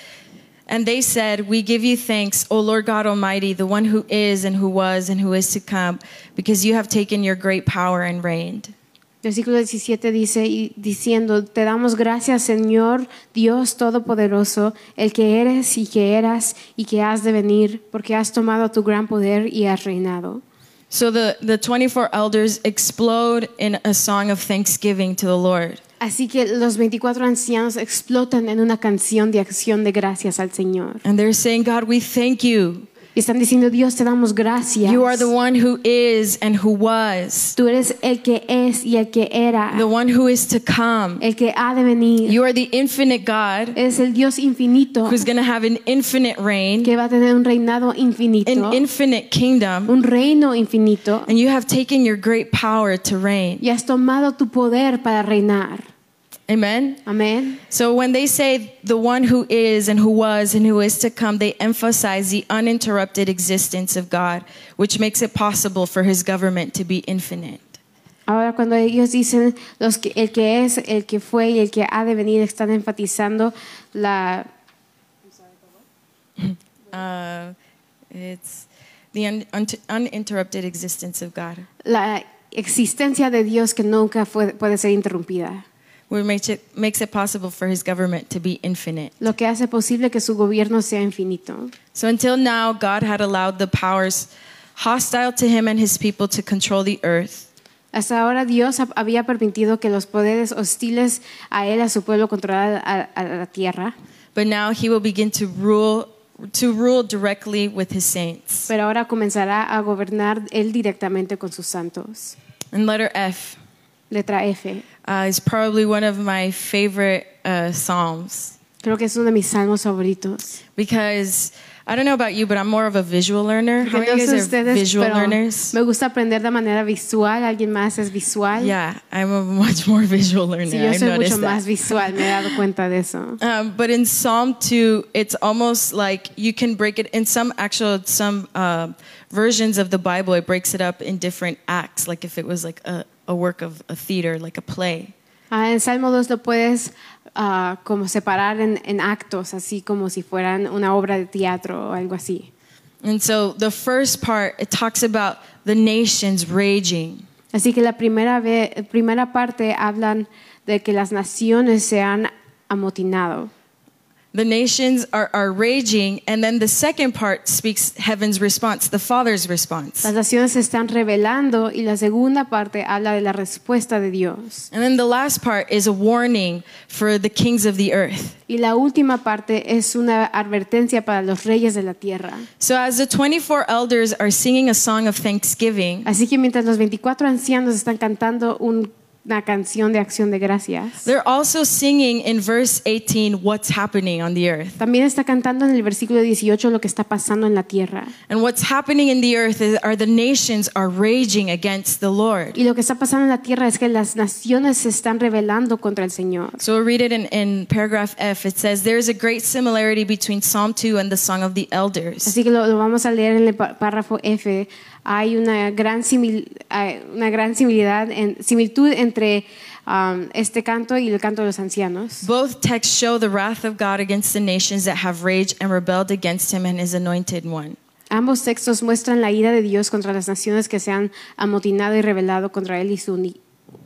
[SPEAKER 2] And they said, We give you thanks, O Lord God Almighty, the one who is and who was and who is to come, because you have taken your great power and reigned.
[SPEAKER 3] Versículo 17 dice, y diciendo, te damos gracias Señor Dios Todopoderoso, el que eres y que eras y que has de venir, porque has tomado tu gran poder y has reinado.
[SPEAKER 2] So the, the 24 elders explode in a song of thanksgiving to the Lord.
[SPEAKER 3] Así que los 24 ancianos explotan en una canción de acción de gracias al Señor.
[SPEAKER 2] And they're saying, God, we thank you.
[SPEAKER 3] Y están diciendo, Dios, te damos gracias.
[SPEAKER 2] You are the one who is and who was,
[SPEAKER 3] Tú eres el que es y el que era,
[SPEAKER 2] the one who is to come.
[SPEAKER 3] el que ha de venir.
[SPEAKER 2] You are the infinite God.
[SPEAKER 3] eres el Dios infinito
[SPEAKER 2] who's going to have an infinite reign,
[SPEAKER 3] que va a tener un reinado infinito,
[SPEAKER 2] an infinite kingdom,
[SPEAKER 3] un reino infinito.
[SPEAKER 2] and you have taken your great power to reign.
[SPEAKER 3] y has tomado tu poder para reinar.
[SPEAKER 2] Amen.
[SPEAKER 3] Amén.
[SPEAKER 2] So when they say the one who is and who was and who is to come, they emphasize the uninterrupted existence of God, which makes it possible for his government to be infinite.
[SPEAKER 3] Ahora cuando ellos dicen los que, el que es, el que fue y el que ha de venir, están enfatizando la,
[SPEAKER 2] Uh, it's the un- un- uninterrupted existence of God,
[SPEAKER 3] la existencia de Dios que nunca fue- puede ser interrumpida,
[SPEAKER 2] which makes it, makes it possible for his government to be infinite.
[SPEAKER 3] lo que hace posible que su gobierno sea infinito.
[SPEAKER 2] So until now, God had allowed the powers hostile to him and his people to control the earth.
[SPEAKER 3] Hasta ahora Dios hab- había permitido que los poderes hostiles a él, a su pueblo, controlaran a, a la tierra,
[SPEAKER 2] But now he will begin to rule to rule directly with his saints.
[SPEAKER 3] pero ahora comenzará a gobernar él directamente con sus santos.
[SPEAKER 2] And letter F
[SPEAKER 3] Letra F.
[SPEAKER 2] uh, is probably one of my favorite uh, psalms
[SPEAKER 3] Creo que es uno de mis salmos favoritos.
[SPEAKER 2] because I don't know about you, but I'm more of a visual learner. How
[SPEAKER 3] Que
[SPEAKER 2] many
[SPEAKER 3] no
[SPEAKER 2] of you
[SPEAKER 3] sé
[SPEAKER 2] guys are
[SPEAKER 3] ustedes,
[SPEAKER 2] visual
[SPEAKER 3] pero
[SPEAKER 2] learners?
[SPEAKER 3] me gusta aprender de manera visual. ¿Alguien más es visual?
[SPEAKER 2] Yeah, I'm a much [LAUGHS] more visual learner.
[SPEAKER 3] Sí, yo
[SPEAKER 2] I
[SPEAKER 3] soy mucho
[SPEAKER 2] noticed that.
[SPEAKER 3] más visual, me he dado cuenta de eso.
[SPEAKER 2] Um, but in Psalm 2, it's almost like you can break it in some actual some uh, versions of the Bible. It breaks it up in different acts, like if it was like a, a work of a theater, like a play.
[SPEAKER 3] Ah, en Salmo 2 lo puedes ah, como separar en, en actos, así como si fueran una obra de teatro o algo así.
[SPEAKER 2] And so the first part it talks about the nations raging,
[SPEAKER 3] Así que la primera, ve- primera parte hablan de que las naciones se han amotinado.
[SPEAKER 2] the nations are are raging, and then the second part speaks heaven's response, the Father's response,
[SPEAKER 3] Las naciones se están revelando y la segunda parte habla de la respuesta de Dios.
[SPEAKER 2] and then the last part is a warning for the kings of the earth.
[SPEAKER 3] Y la última parte es una advertencia para los reyes de la tierra.
[SPEAKER 2] So, as the 24 elders are singing a song of thanksgiving,
[SPEAKER 3] Así que mientras los 24 ancianos están cantando un- una canción de acción de gracias,
[SPEAKER 2] they're also singing in verse 18 what's happening on the earth.
[SPEAKER 3] también está cantando en el versículo 18 lo que está pasando en la tierra.
[SPEAKER 2] And what's happening in the earth is, are the nations are raging against the Lord.
[SPEAKER 3] Y lo que está pasando en la tierra es que las naciones se están rebelando contra el Señor.
[SPEAKER 2] So, we'll read it in, in paragraph F. It says, There is a great similarity between Psalm 2 and the song of the elders.
[SPEAKER 3] Así que lo, lo vamos a leer en el pa- párrafo F. Hay una gran, simil- hay una gran similidad en- similitud entre um, este canto y el canto de los ancianos.
[SPEAKER 2] Both texts show the wrath of God against the nations that have raged and rebelled against him and his anointed one.
[SPEAKER 3] Ambos textos muestran la ira de Dios contra las naciones que se han amotinado y rebelado contra él y su uni-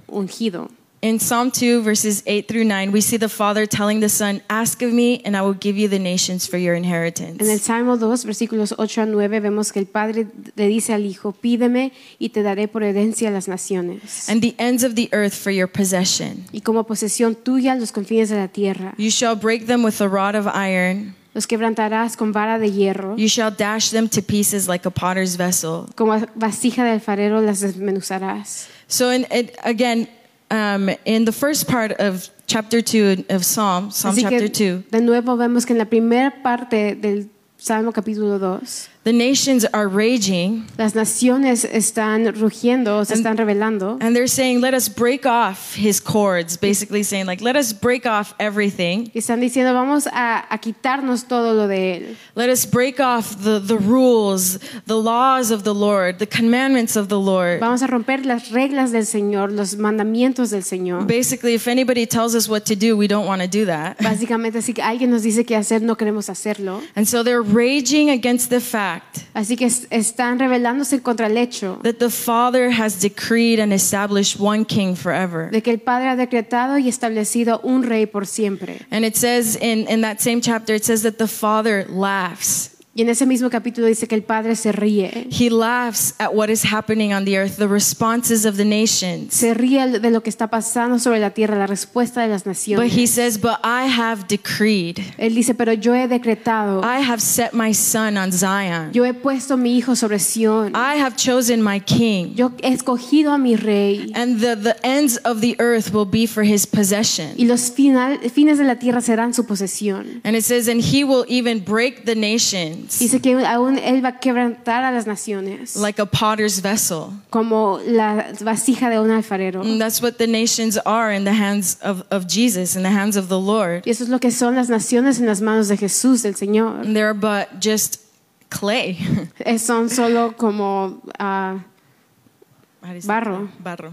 [SPEAKER 3] ungido.
[SPEAKER 2] In Psalm 2, verses 8 through 9, we see the Father telling the Son, Ask of me, and I will give you the nations for your inheritance.
[SPEAKER 3] En el Salmo 2, versículos 8 a 9, vemos que el Padre le dice al Hijo, pídeme y te daré por herencia las naciones
[SPEAKER 2] and the ends of the earth for your possession.
[SPEAKER 3] y como posesión tuya los confines de la tierra.
[SPEAKER 2] You shall break them with a rod of iron.
[SPEAKER 3] Los quebrantarás con vara de hierro,
[SPEAKER 2] You shall dash them to pieces like a potter's vessel.
[SPEAKER 3] como vasija de alfarero las desmenuzarás.
[SPEAKER 2] So, in, it, again, um, in the first part of chapter 2 of Psalm, Psalm
[SPEAKER 3] Así
[SPEAKER 2] chapter
[SPEAKER 3] que
[SPEAKER 2] 2,
[SPEAKER 3] de nuevo vemos que en la primera parte del Salmo capítulo 2,
[SPEAKER 2] the nations are raging
[SPEAKER 3] las naciones están rugiendo, se están rebelando
[SPEAKER 2] and they're saying, Let us break off his cords, basically saying, like, let us break off everything.
[SPEAKER 3] y están diciendo, vamos a, a quitarnos todo lo de él.
[SPEAKER 2] Let us break off the, the rules, the laws of the Lord, the commandments of the Lord.
[SPEAKER 3] Vamos a romper las reglas del Señor, los mandamientos del Señor.
[SPEAKER 2] Basically, if anybody tells us what to do, we don't want to do that.
[SPEAKER 3] Básicamente, si alguien nos dice qué hacer, no queremos hacerlo.
[SPEAKER 2] And so they're raging against the fact
[SPEAKER 3] Así que es- están rebelándose contra el hecho
[SPEAKER 2] that the Father has decreed and established one king forever.
[SPEAKER 3] de que el Padre ha decretado y establecido un rey por siempre.
[SPEAKER 2] And it says in, in that same chapter, it says that the Father laughs.
[SPEAKER 3] Y en ese mismo capítulo dice que el Padre se ríe.
[SPEAKER 2] He laughs at what is happening on the earth, the responses of the nations.
[SPEAKER 3] Se ríe de lo que está pasando sobre la tierra, la respuesta de las
[SPEAKER 2] But he
[SPEAKER 3] naciones.
[SPEAKER 2] says, But I have decreed,
[SPEAKER 3] Él dice, pero yo he decretado,
[SPEAKER 2] I have set my son on Zion,
[SPEAKER 3] yo he puesto mi hijo sobre Sión,
[SPEAKER 2] I have chosen my king,
[SPEAKER 3] yo he escogido a mi rey.
[SPEAKER 2] and the, the ends of the earth will be for his possession.
[SPEAKER 3] Y los final- fines de la tierra serán su posesión.
[SPEAKER 2] And it says, And he will even break the nations
[SPEAKER 3] Dice que aún él va a quebrantar a las naciones
[SPEAKER 2] like a potter's vessel.
[SPEAKER 3] como la vasija de un alfarero.
[SPEAKER 2] And that's what the nations are in the hands of, of Jesus, in the hands of the Lord.
[SPEAKER 3] Y eso es lo que son las naciones en las manos de Jesús, del Señor.
[SPEAKER 2] And They're but just [LAUGHS] clay.
[SPEAKER 3] Eh, Son solo como ah,
[SPEAKER 2] How do you say
[SPEAKER 3] Barro.
[SPEAKER 2] that? Barro.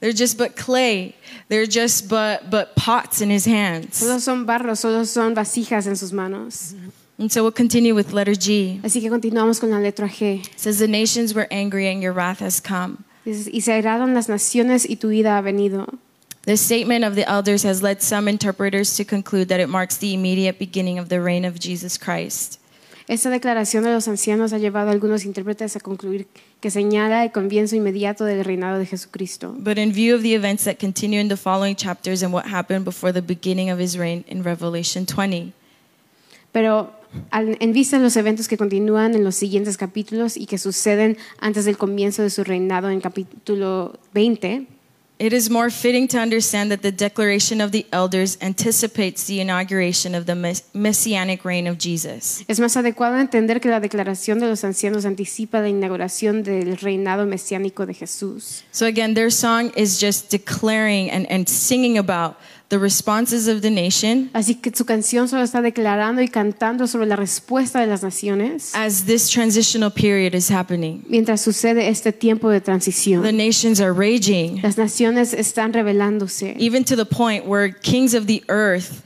[SPEAKER 2] They're just but clay. They're just but but pots in his hands.
[SPEAKER 3] solo son barros, solo son vasijas en sus manos.
[SPEAKER 2] And so we'll continue with letter G.
[SPEAKER 3] Así que continuamos con la letra G.
[SPEAKER 2] It says the nations were angry and your wrath has come.
[SPEAKER 3] Dices, y se airaron las naciones y tu ira ha venido.
[SPEAKER 2] This statement of the elders has led some interpreters to conclude that it marks the immediate beginning of the reign of Jesus Christ.
[SPEAKER 3] Esta declaración de los ancianos ha llevado a algunos intérpretes a concluir que señala el comienzo inmediato del reinado de Jesucristo.
[SPEAKER 2] But in view of the events that continue in the following chapters and what happened before the beginning of his reign in Revelation 20,
[SPEAKER 3] Pero al- en vista de los eventos que continúan en los siguientes capítulos y que suceden antes del comienzo de su reinado en capítulo 20,
[SPEAKER 2] It is more fitting to understand that the declaration of the elders anticipates the inauguration of the mess- messianic reign of Jesus.
[SPEAKER 3] es más adecuado entender que la declaración de los ancianos anticipa la inauguración del reinado mesiánico de Jesús.
[SPEAKER 2] So, again, their song is just declaring and, and singing about the responses of the nation
[SPEAKER 3] Así que su canción solo está declarando y cantando sobre la respuesta de las naciones
[SPEAKER 2] as this transitional period is happening.
[SPEAKER 3] mientras sucede este tiempo de
[SPEAKER 2] The
[SPEAKER 3] transición.
[SPEAKER 2] nations are raging,
[SPEAKER 3] Las naciones están rebelándose
[SPEAKER 2] even to the point where kings of the earth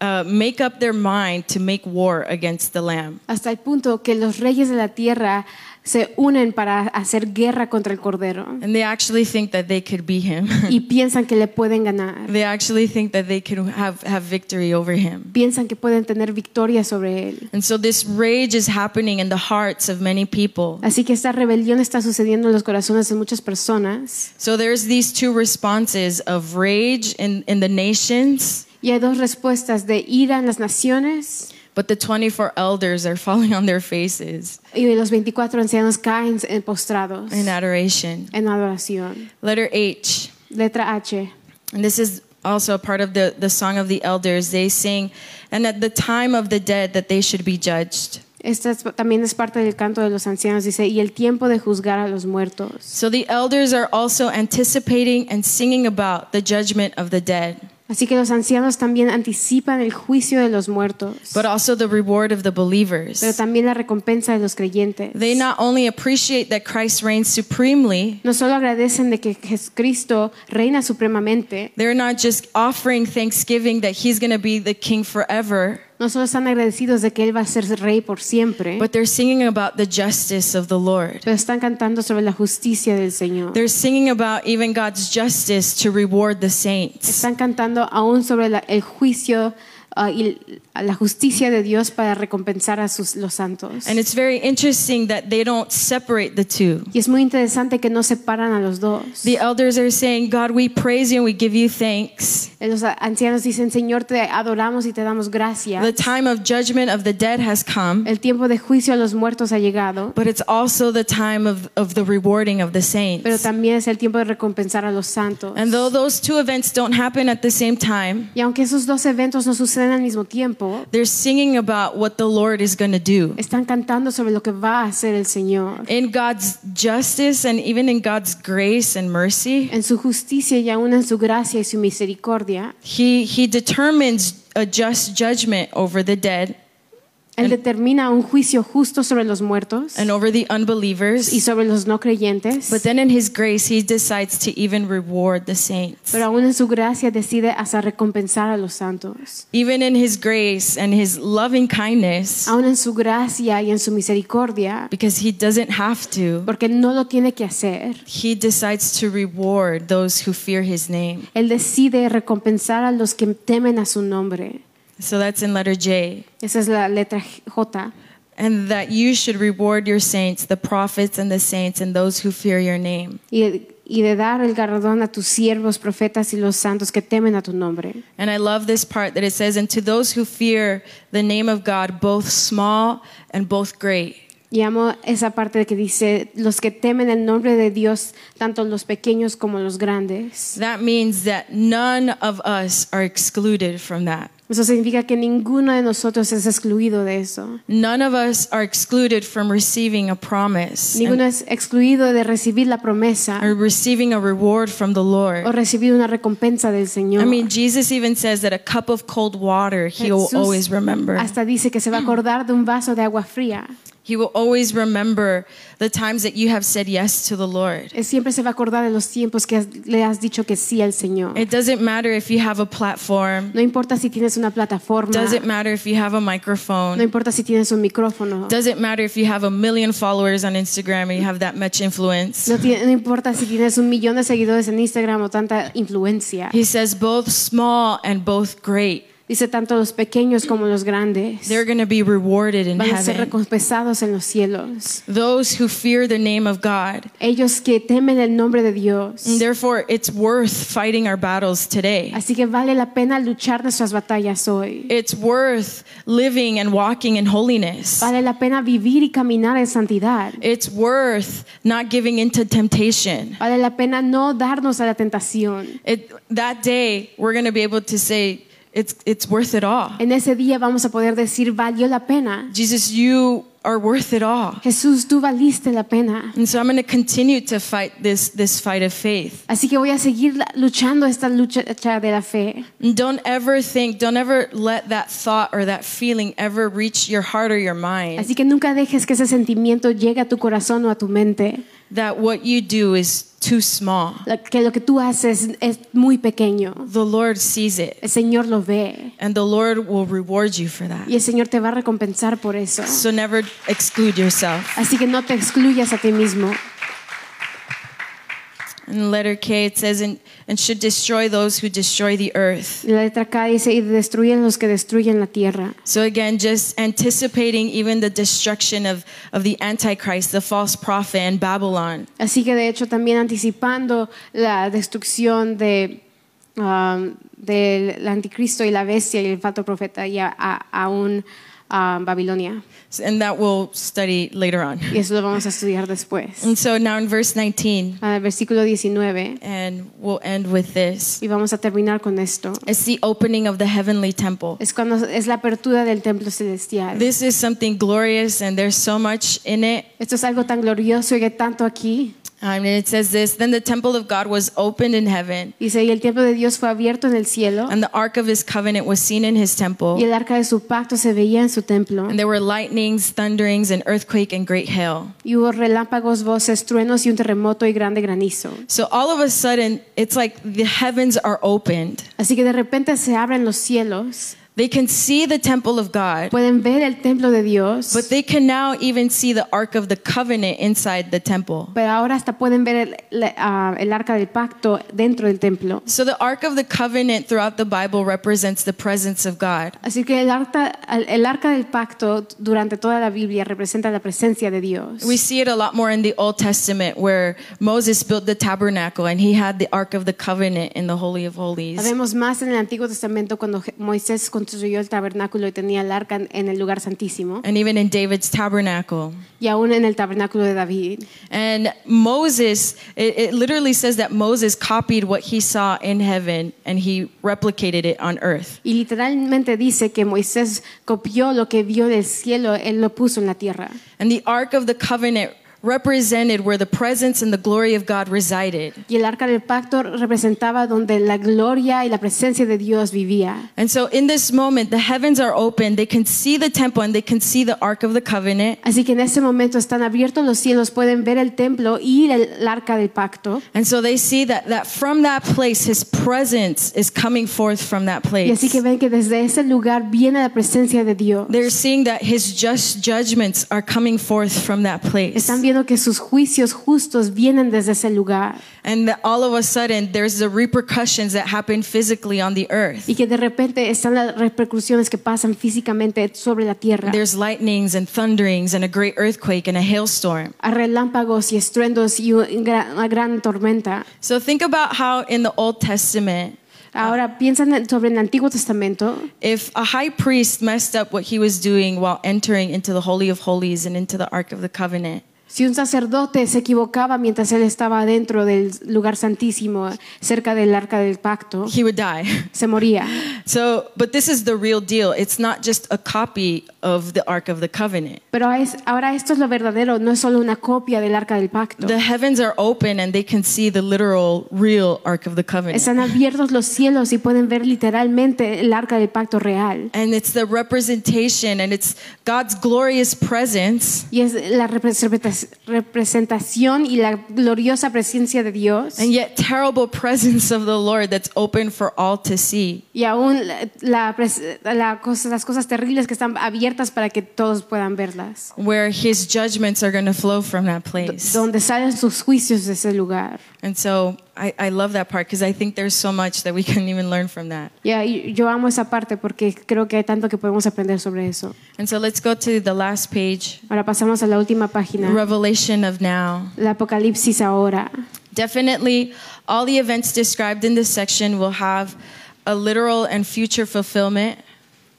[SPEAKER 2] uh, make up their mind to make war against the Lamb.
[SPEAKER 3] hasta el punto que los reyes de la tierra se unen para hacer guerra contra el Cordero.
[SPEAKER 2] And they actually think that they could be him. [LAUGHS]
[SPEAKER 3] y piensan que le pueden ganar,
[SPEAKER 2] they actually think that they could have, have victory over him.
[SPEAKER 3] piensan que pueden tener victoria sobre él.
[SPEAKER 2] And so this rage is happening in the hearts of many people.
[SPEAKER 3] Así que esta rebelión está sucediendo en los corazones de muchas personas
[SPEAKER 2] So there's these two responses of rage in, in the nations,
[SPEAKER 3] y hay dos respuestas de ira en las naciones
[SPEAKER 2] but the 24 elders are falling on their faces
[SPEAKER 3] y los 24 ancianos caen en postrados
[SPEAKER 2] in adoration.
[SPEAKER 3] en adoración.
[SPEAKER 2] Letter H,
[SPEAKER 3] Letra H.
[SPEAKER 2] and this is also a part of the, the song of the elders. They sing, and at the time of the dead that they should be judged.
[SPEAKER 3] Esta es- también es parte del canto de los ancianos, dice, y el tiempo de juzgar a los muertos.
[SPEAKER 2] So the elders are also anticipating and singing about the judgment of the dead,
[SPEAKER 3] Así que los ancianos también anticipan el juicio de los muertos,
[SPEAKER 2] but also the reward of the believers.
[SPEAKER 3] pero también la recompensa de los creyentes.
[SPEAKER 2] They not only appreciate that Christ reigns supremely,
[SPEAKER 3] No solo agradecen de que Jesucristo reina supremamente,
[SPEAKER 2] they're not just offering thanksgiving that he's going to be the king forever,
[SPEAKER 3] no solo están agradecidos de que Él va a ser rey por siempre,
[SPEAKER 2] but they're singing about the justice of the Lord.
[SPEAKER 3] pero están cantando sobre la justicia del Señor.
[SPEAKER 2] They're singing about even God's justice to reward the saints.
[SPEAKER 3] Están cantando aún sobre la- el juicio ah, y la justicia de Dios para recompensar a sus, los santos.
[SPEAKER 2] And it's very interesting that they don't separate the two.
[SPEAKER 3] Y es muy interesante que no separan a los dos.
[SPEAKER 2] The elders are saying, God, we praise you and we give you thanks.
[SPEAKER 3] Eh, Los ancianos dicen, Señor, te adoramos y te damos gracias.
[SPEAKER 2] The time of judgment of the dead has come,
[SPEAKER 3] El tiempo de juicio a los muertos ha llegado,
[SPEAKER 2] but it's also the time of, of the rewarding of the
[SPEAKER 3] pero
[SPEAKER 2] saints.
[SPEAKER 3] también es el tiempo de recompensar a los santos.
[SPEAKER 2] And though those two events don't happen at the same time,
[SPEAKER 3] Y aunque esos dos eventos no suceden al mismo tiempo,
[SPEAKER 2] they're singing about what the Lord is going to do.
[SPEAKER 3] están cantando sobre lo que va a hacer el Señor.
[SPEAKER 2] In God's justice and even in God's grace and mercy,
[SPEAKER 3] En su justicia y aún en su gracia y su misericordia,
[SPEAKER 2] he, he determines a just judgment over the dead
[SPEAKER 3] Él determina un juicio justo sobre los muertos
[SPEAKER 2] and over the
[SPEAKER 3] y
[SPEAKER 2] unbelievers.
[SPEAKER 3] sobre los no creyentes,
[SPEAKER 2] But then in his grace, he decides to even reward the saints.
[SPEAKER 3] pero aún en su gracia decide hasta recompensar a los santos.
[SPEAKER 2] Even in his grace and his loving kindness,
[SPEAKER 3] Aún en su gracia y en su misericordia,
[SPEAKER 2] because he doesn't have to,
[SPEAKER 3] porque no lo tiene que hacer.
[SPEAKER 2] he decides to reward those who fear his name.
[SPEAKER 3] Él decide recompensar a los que temen a su nombre.
[SPEAKER 2] So that's in letter J.
[SPEAKER 3] Esa es la letra J.
[SPEAKER 2] And that you should reward your saints, the prophets and the saints, and those who fear your name.
[SPEAKER 3] Y, y de dar el galardón a tus siervos, profetas y los santos que temen a tu nombre.
[SPEAKER 2] And I love this part that it says, and to those who fear the name of God, both small and both great.
[SPEAKER 3] Y amo esa parte que dice, los que temen el nombre de Dios, tanto los pequeños como los grandes.
[SPEAKER 2] That means that none of us are excluded from that.
[SPEAKER 3] Eso significa que ninguno de nosotros es excluido de eso.
[SPEAKER 2] None of us are excluded from receiving a promise
[SPEAKER 3] Ninguno es excluido de recibir la promesa
[SPEAKER 2] or receiving a reward from the
[SPEAKER 3] o
[SPEAKER 2] Lord.
[SPEAKER 3] recibir una recompensa del Señor.
[SPEAKER 2] I mean, Jesus even says that a cup of cold water he will
[SPEAKER 3] Jesús
[SPEAKER 2] always remember.
[SPEAKER 3] Hasta dice que se va a acordar de un vaso de agua fría.
[SPEAKER 2] He will always remember the times that you have said yes to the Lord.
[SPEAKER 3] Él siempre se va a acordar de los tiempos que has- le has dicho que sí al Señor.
[SPEAKER 2] It doesn't matter if you have a platform,
[SPEAKER 3] No importa si tienes una plataforma,
[SPEAKER 2] doesn't matter if you have a
[SPEAKER 3] no
[SPEAKER 2] microphone,
[SPEAKER 3] importa si tienes un micrófono,
[SPEAKER 2] doesn't matter if you have a million followers on Instagram and you have that much influence.
[SPEAKER 3] no, ti- no importa si tienes un millón de seguidores en Instagram o tanta influencia.
[SPEAKER 2] He says both small and both great,
[SPEAKER 3] Dice tanto los pequeños como los grandes
[SPEAKER 2] they're going to be rewarded in
[SPEAKER 3] van a ser
[SPEAKER 2] heaven.
[SPEAKER 3] recompensados en los cielos.
[SPEAKER 2] Those who fear the name of God.
[SPEAKER 3] Ellos que temen el nombre de Dios.
[SPEAKER 2] And therefore, it's worth fighting our battles today.
[SPEAKER 3] Así que vale la pena luchar nuestras batallas hoy.
[SPEAKER 2] It's worth living and walking in holiness.
[SPEAKER 3] Vale la pena vivir y caminar en santidad.
[SPEAKER 2] It's worth not giving into temptation.
[SPEAKER 3] Vale la pena no darnos a la tentación.
[SPEAKER 2] It, that day, we're going to be able to say, it's, it's worth it all.
[SPEAKER 3] En ese día vamos a poder decir, valió la pena.
[SPEAKER 2] Jesus, you are worth it all.
[SPEAKER 3] Jesús, tú valiste la pena.
[SPEAKER 2] And so I'm going to continue to fight this, this fight of faith.
[SPEAKER 3] Así que voy a seguir la- luchando esta lucha de la fe.
[SPEAKER 2] And don't ever think, don't ever let that thought or that feeling ever reach your heart or your mind
[SPEAKER 3] Así que nunca dejes que ese sentimiento llegue a tu corazón o a tu mente.
[SPEAKER 2] that what you do is too small.
[SPEAKER 3] Lo- Que lo que tú haces es muy pequeño.
[SPEAKER 2] The Lord sees it,
[SPEAKER 3] El Señor lo ve.
[SPEAKER 2] and the Lord will reward you for that.
[SPEAKER 3] Y el Señor te va a recompensar por eso.
[SPEAKER 2] So never exclude yourself.
[SPEAKER 3] Así que no te excluyas a ti mismo.
[SPEAKER 2] In letter K, it says, and, and should destroy those who destroy the earth.
[SPEAKER 3] La letra K dice, y destruyen los que destruyen la tierra.
[SPEAKER 2] So again, just anticipating even the destruction of, of the Antichrist, the false prophet, and Babylon.
[SPEAKER 3] Así que de hecho también anticipando la destrucción de, um, del anticristo y la bestia y el falso profeta y a- a- aún um, Babilonia.
[SPEAKER 2] And that we'll study later on.
[SPEAKER 3] Y eso lo vamos a estudiar después.
[SPEAKER 2] And so now in verse 19,
[SPEAKER 3] Al versículo 19,
[SPEAKER 2] and we'll end with this.
[SPEAKER 3] y vamos a terminar con esto.
[SPEAKER 2] It's the opening of the heavenly temple.
[SPEAKER 3] Es cuando es la apertura del templo celestial.
[SPEAKER 2] This is something glorious, and there's so much in it.
[SPEAKER 3] Esto es algo tan glorioso y hay tanto aquí.
[SPEAKER 2] Um, and it says this Then the temple of God was opened in heaven,
[SPEAKER 3] Dice, y el templo de Dios fue abierto en el cielo,
[SPEAKER 2] and the ark of his covenant was seen in his
[SPEAKER 3] y
[SPEAKER 2] temple.
[SPEAKER 3] el arca de su pacto se veía en su templo.
[SPEAKER 2] And there were lightnings, thunderings, and earthquake, and great hail.
[SPEAKER 3] Y hubo relámpagos, voces, truenos y un terremoto y grande granizo.
[SPEAKER 2] So all of a sudden, it's like the heavens are opened.
[SPEAKER 3] Así que de repente se abren los cielos.
[SPEAKER 2] They can see the temple of God,
[SPEAKER 3] Pueden ver el templo de Dios,
[SPEAKER 2] but they can now even see the Ark of the Covenant inside the temple.
[SPEAKER 3] pero ahora hasta pueden ver el, la- ah, el arca del pacto dentro del templo.
[SPEAKER 2] So the Ark of the Covenant throughout the Bible represents the presence of God.
[SPEAKER 3] Así que el arca, el- el arca del pacto durante toda la Biblia representa la presencia de Dios.
[SPEAKER 2] We see it a lot more in the Old Testament where Moses built the tabernacle and he had the Ark of the Covenant in the Holy of
[SPEAKER 3] La
[SPEAKER 2] Holies.
[SPEAKER 3] vemos más en el Antiguo Testamento cuando Je- Moisés construyó el tabernáculo y tenía el arca en- en el lugar santísimo
[SPEAKER 2] And even in David's tabernacle.
[SPEAKER 3] y aún en el tabernáculo de David.
[SPEAKER 2] And Moses, it, it literally says that Moses copied what he saw in heaven and he replicated it on earth.
[SPEAKER 3] Y literalmente dice que Moisés copió lo que vio del cielo, él lo puso en la tierra.
[SPEAKER 2] And the Ark of the Covenant represented where the presence and the glory of God resided.
[SPEAKER 3] Y el arca del pacto representaba donde la gloria y la presencia de Dios vivía.
[SPEAKER 2] And so in this moment, the heavens are open. They can see the temple and they can see the Ark of the Covenant.
[SPEAKER 3] Así que en ese momento están abiertos los cielos, pueden ver el templo y el, el arca del pacto.
[SPEAKER 2] And so they see that, that from that place, his presence is coming forth from that
[SPEAKER 3] Y así
[SPEAKER 2] place.
[SPEAKER 3] que ven que desde ese lugar viene la presencia de Dios.
[SPEAKER 2] They're seeing that his just judgments are coming forth from that place.
[SPEAKER 3] Están viendo que sus juicios justos vienen desde ese lugar
[SPEAKER 2] And that all of a sudden, there's the repercussions that happen physically on the earth.
[SPEAKER 3] y que de repente están las repercusiones que pasan físicamente sobre la tierra.
[SPEAKER 2] There's lightnings and thunderings and a great earthquake and a hailstorm.
[SPEAKER 3] A relámpagos y estruendos y un gran- una gran tormenta.
[SPEAKER 2] So think about how in the Old Testament,
[SPEAKER 3] Ahora piensan en- sobre el Antiguo Testamento.
[SPEAKER 2] if a high priest messed up what he was doing while entering into the Holy of Holies and into the Ark of the Covenant,
[SPEAKER 3] Si un sacerdote se equivocaba mientras él estaba dentro del lugar santísimo, cerca del arca del pacto,
[SPEAKER 2] he would die. [LAUGHS]
[SPEAKER 3] se moría.
[SPEAKER 2] So, but this is the real deal. It's not just a copy of the Ark of the Covenant.
[SPEAKER 3] Pero es- ahora esto es lo verdadero, no es solo una copia del arca del pacto.
[SPEAKER 2] The heavens are open and they can see the literal, real Ark of the Covenant.
[SPEAKER 3] Están abiertos los cielos y pueden ver literalmente el arca del pacto real.
[SPEAKER 2] and it's the representation and it's God's glorious presence.
[SPEAKER 3] Y es la representa- representación y la gloriosa presencia de Dios.
[SPEAKER 2] And yet, terrible [LAUGHS] presence of the Lord that's open for all to see.
[SPEAKER 3] Y aún la- la pres- la cosa- las cosas terribles que están abiertas para que todos puedan verlas.
[SPEAKER 2] Where his judgments are going to flow from that place.
[SPEAKER 3] Donde salen sus juicios de ese lugar.
[SPEAKER 2] And so I, I love that part because I think there's so much that we [LAUGHS] can even learn from that.
[SPEAKER 3] Ya, y yo amo esa parte porque creo que hay tanto que podemos aprender sobre eso.
[SPEAKER 2] And so let's go to the last page,
[SPEAKER 3] Ahora pasamos a la última página,
[SPEAKER 2] Revelation of Now.
[SPEAKER 3] el Apocalipsis ahora.
[SPEAKER 2] Definitely, all the events described in this section will have a literal and future fulfillment.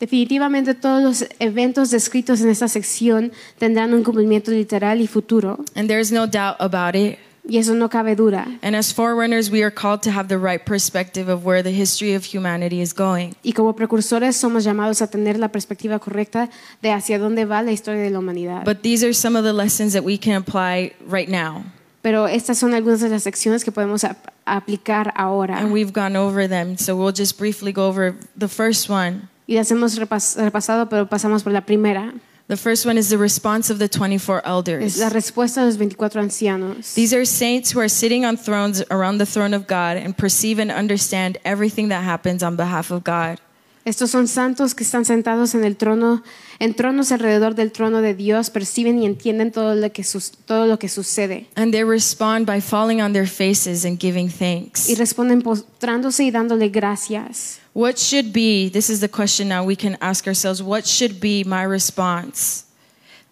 [SPEAKER 3] Definitivamente todos los eventos descritos en esta sección tendrán un cumplimiento literal y futuro,
[SPEAKER 2] And there's no doubt about it.
[SPEAKER 3] y eso no cabe duda.
[SPEAKER 2] And as forerunners, we are called to have the right perspective of where the history of humanity is going.
[SPEAKER 3] Y como precursores somos llamados a tener la perspectiva correcta de hacia dónde va la historia de la humanidad.
[SPEAKER 2] But these are some of the lessons that we can apply right now.
[SPEAKER 3] Pero estas son algunas de las secciones que podemos ap- aplicar ahora.
[SPEAKER 2] And we've gone over them. So we'll just briefly go over the first one.
[SPEAKER 3] Y las hemos repas- repasado, pero pasamos por la primera.
[SPEAKER 2] The first one is the response of the 24
[SPEAKER 3] Es
[SPEAKER 2] elders.
[SPEAKER 3] la respuesta de los 24 ancianos.
[SPEAKER 2] These are saints who are sitting on thrones around the throne of God and perceive and understand everything that happens on behalf of God.
[SPEAKER 3] Estos son santos que están sentados en el trono, en tronos alrededor del trono de Dios, perciben y entienden todo lo que, sus- todo lo que sucede
[SPEAKER 2] And they respond by falling on their faces and giving thanks.
[SPEAKER 3] y responden postrándose y dándole gracias.
[SPEAKER 2] What should be, this is the question now we can ask ourselves, what should be my response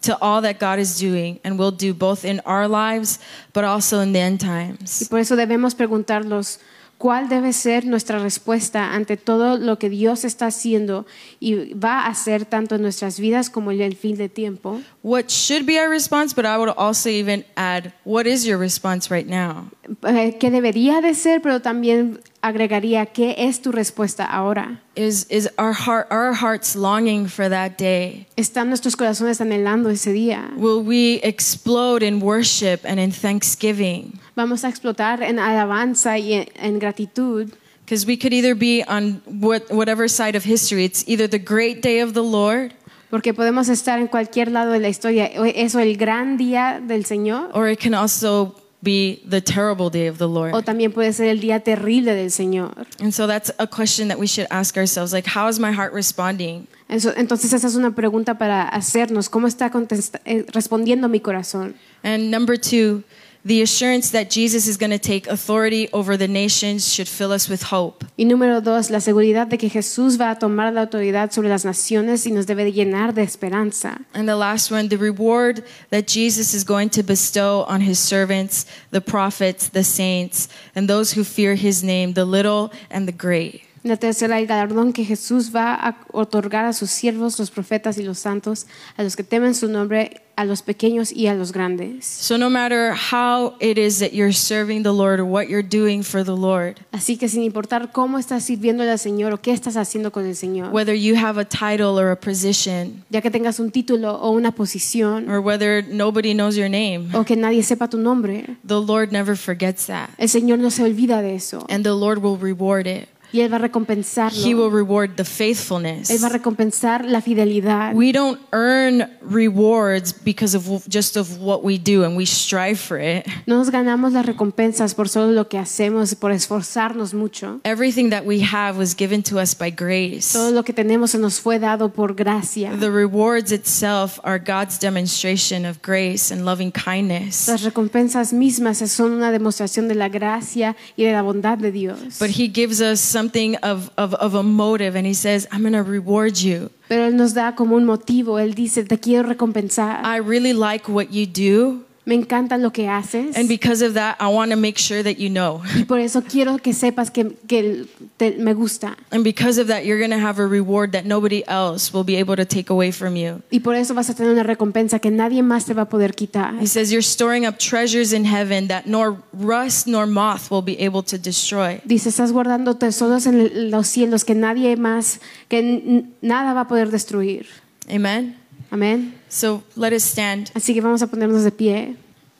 [SPEAKER 2] to all that God is doing and will do both in our lives but also in the end
[SPEAKER 3] Y
[SPEAKER 2] times?
[SPEAKER 3] por eso debemos preguntarlos cuál debe ser nuestra respuesta ante todo lo que Dios está haciendo y va a hacer tanto en nuestras vidas como en el fin de tiempo.
[SPEAKER 2] What should be our response, but I would also even add, what is your response right now?
[SPEAKER 3] Eh, ¿Qué debería de ser? Pero también agregaría qué es tu respuesta ahora.
[SPEAKER 2] Is, is our, heart, our hearts longing for that day?
[SPEAKER 3] Están nuestros corazones anhelando ese día.
[SPEAKER 2] Will we explode in worship and in thanksgiving?
[SPEAKER 3] Vamos a explotar en alabanza y en, en gratitud,
[SPEAKER 2] Because we could either be on what, whatever side of history. It's either the great day of the Lord
[SPEAKER 3] porque podemos estar en cualquier lado de la historia. O- Eso, el gran día del Señor,
[SPEAKER 2] or it can also be the terrible day of the Lord.
[SPEAKER 3] O también puede ser el día terrible del Señor.
[SPEAKER 2] And so that's a question that we should ask ourselves like how is my heart responding?
[SPEAKER 3] Eso- Entonces esa es una pregunta para hacernos. ¿Cómo está contesta- eh, respondiendo mi corazón?
[SPEAKER 2] And number 2, the assurance that Jesus is going to take authority over the nations should fill us with hope.
[SPEAKER 3] Y número dos, la seguridad de que Jesús va a tomar la autoridad sobre las naciones y nos debe llenar de esperanza.
[SPEAKER 2] And the last one, the reward that Jesus is going to bestow on his servants, the prophets, the saints, and those who fear his name, the little and the great.
[SPEAKER 3] La tercera, el galardón que Jesús va a otorgar a sus siervos, los profetas y los santos, a los que temen su nombre, a los pequeños y a los grandes.
[SPEAKER 2] So, no matter how it is that you're serving the Lord or what you're doing for the Lord,
[SPEAKER 3] Así que sin importar cómo estás sirviéndole al Señor o qué estás haciendo con el Señor,
[SPEAKER 2] whether you have a title or a position,
[SPEAKER 3] ya que tengas un título o una posición
[SPEAKER 2] or whether nobody knows your name,
[SPEAKER 3] o que nadie sepa tu nombre,
[SPEAKER 2] the Lord never forgets that.
[SPEAKER 3] el Señor no se olvida de eso
[SPEAKER 2] And the Lord will reward it.
[SPEAKER 3] y Él va a
[SPEAKER 2] He will
[SPEAKER 3] recompensarlo.
[SPEAKER 2] reward the
[SPEAKER 3] Él
[SPEAKER 2] faithfulness.
[SPEAKER 3] va a recompensar la fidelidad.
[SPEAKER 2] We don't earn rewards because of just of what we do and we strive for it.
[SPEAKER 3] No nos ganamos las recompensas por solo lo que hacemos, por esforzarnos mucho.
[SPEAKER 2] Everything that we have was given to us by grace.
[SPEAKER 3] Todo lo que tenemos se nos fue dado por gracia.
[SPEAKER 2] The rewards itself are God's demonstration of grace and loving kindness.
[SPEAKER 3] Las recompensas mismas son una demostración de la gracia y de la bondad de Dios.
[SPEAKER 2] But he gives us something of, of, of a motive and he says, I'm going to reward you.
[SPEAKER 3] Pero Él nos da como un motivo. Él dice, te quiero recompensar.
[SPEAKER 2] I really like what you do.
[SPEAKER 3] Me encanta lo que haces.
[SPEAKER 2] And because of that, I want to make sure that you know. [LAUGHS]
[SPEAKER 3] Y por eso quiero que sepas que, que te- me gusta.
[SPEAKER 2] And because of that, you're going to have a reward that nobody else will be able to take away from you.
[SPEAKER 3] Y por eso vas a tener una recompensa que nadie más te va a poder quitar.
[SPEAKER 2] He says, You're storing up treasures in heaven that nor rust nor moth will be able to destroy.
[SPEAKER 3] Dice, estás guardando tesoros en el- los cielos que nadie más, que n- nada va a poder destruir.
[SPEAKER 2] Amen.
[SPEAKER 3] Amén.
[SPEAKER 2] So let us stand.
[SPEAKER 3] Así que vamos a ponernos de pie.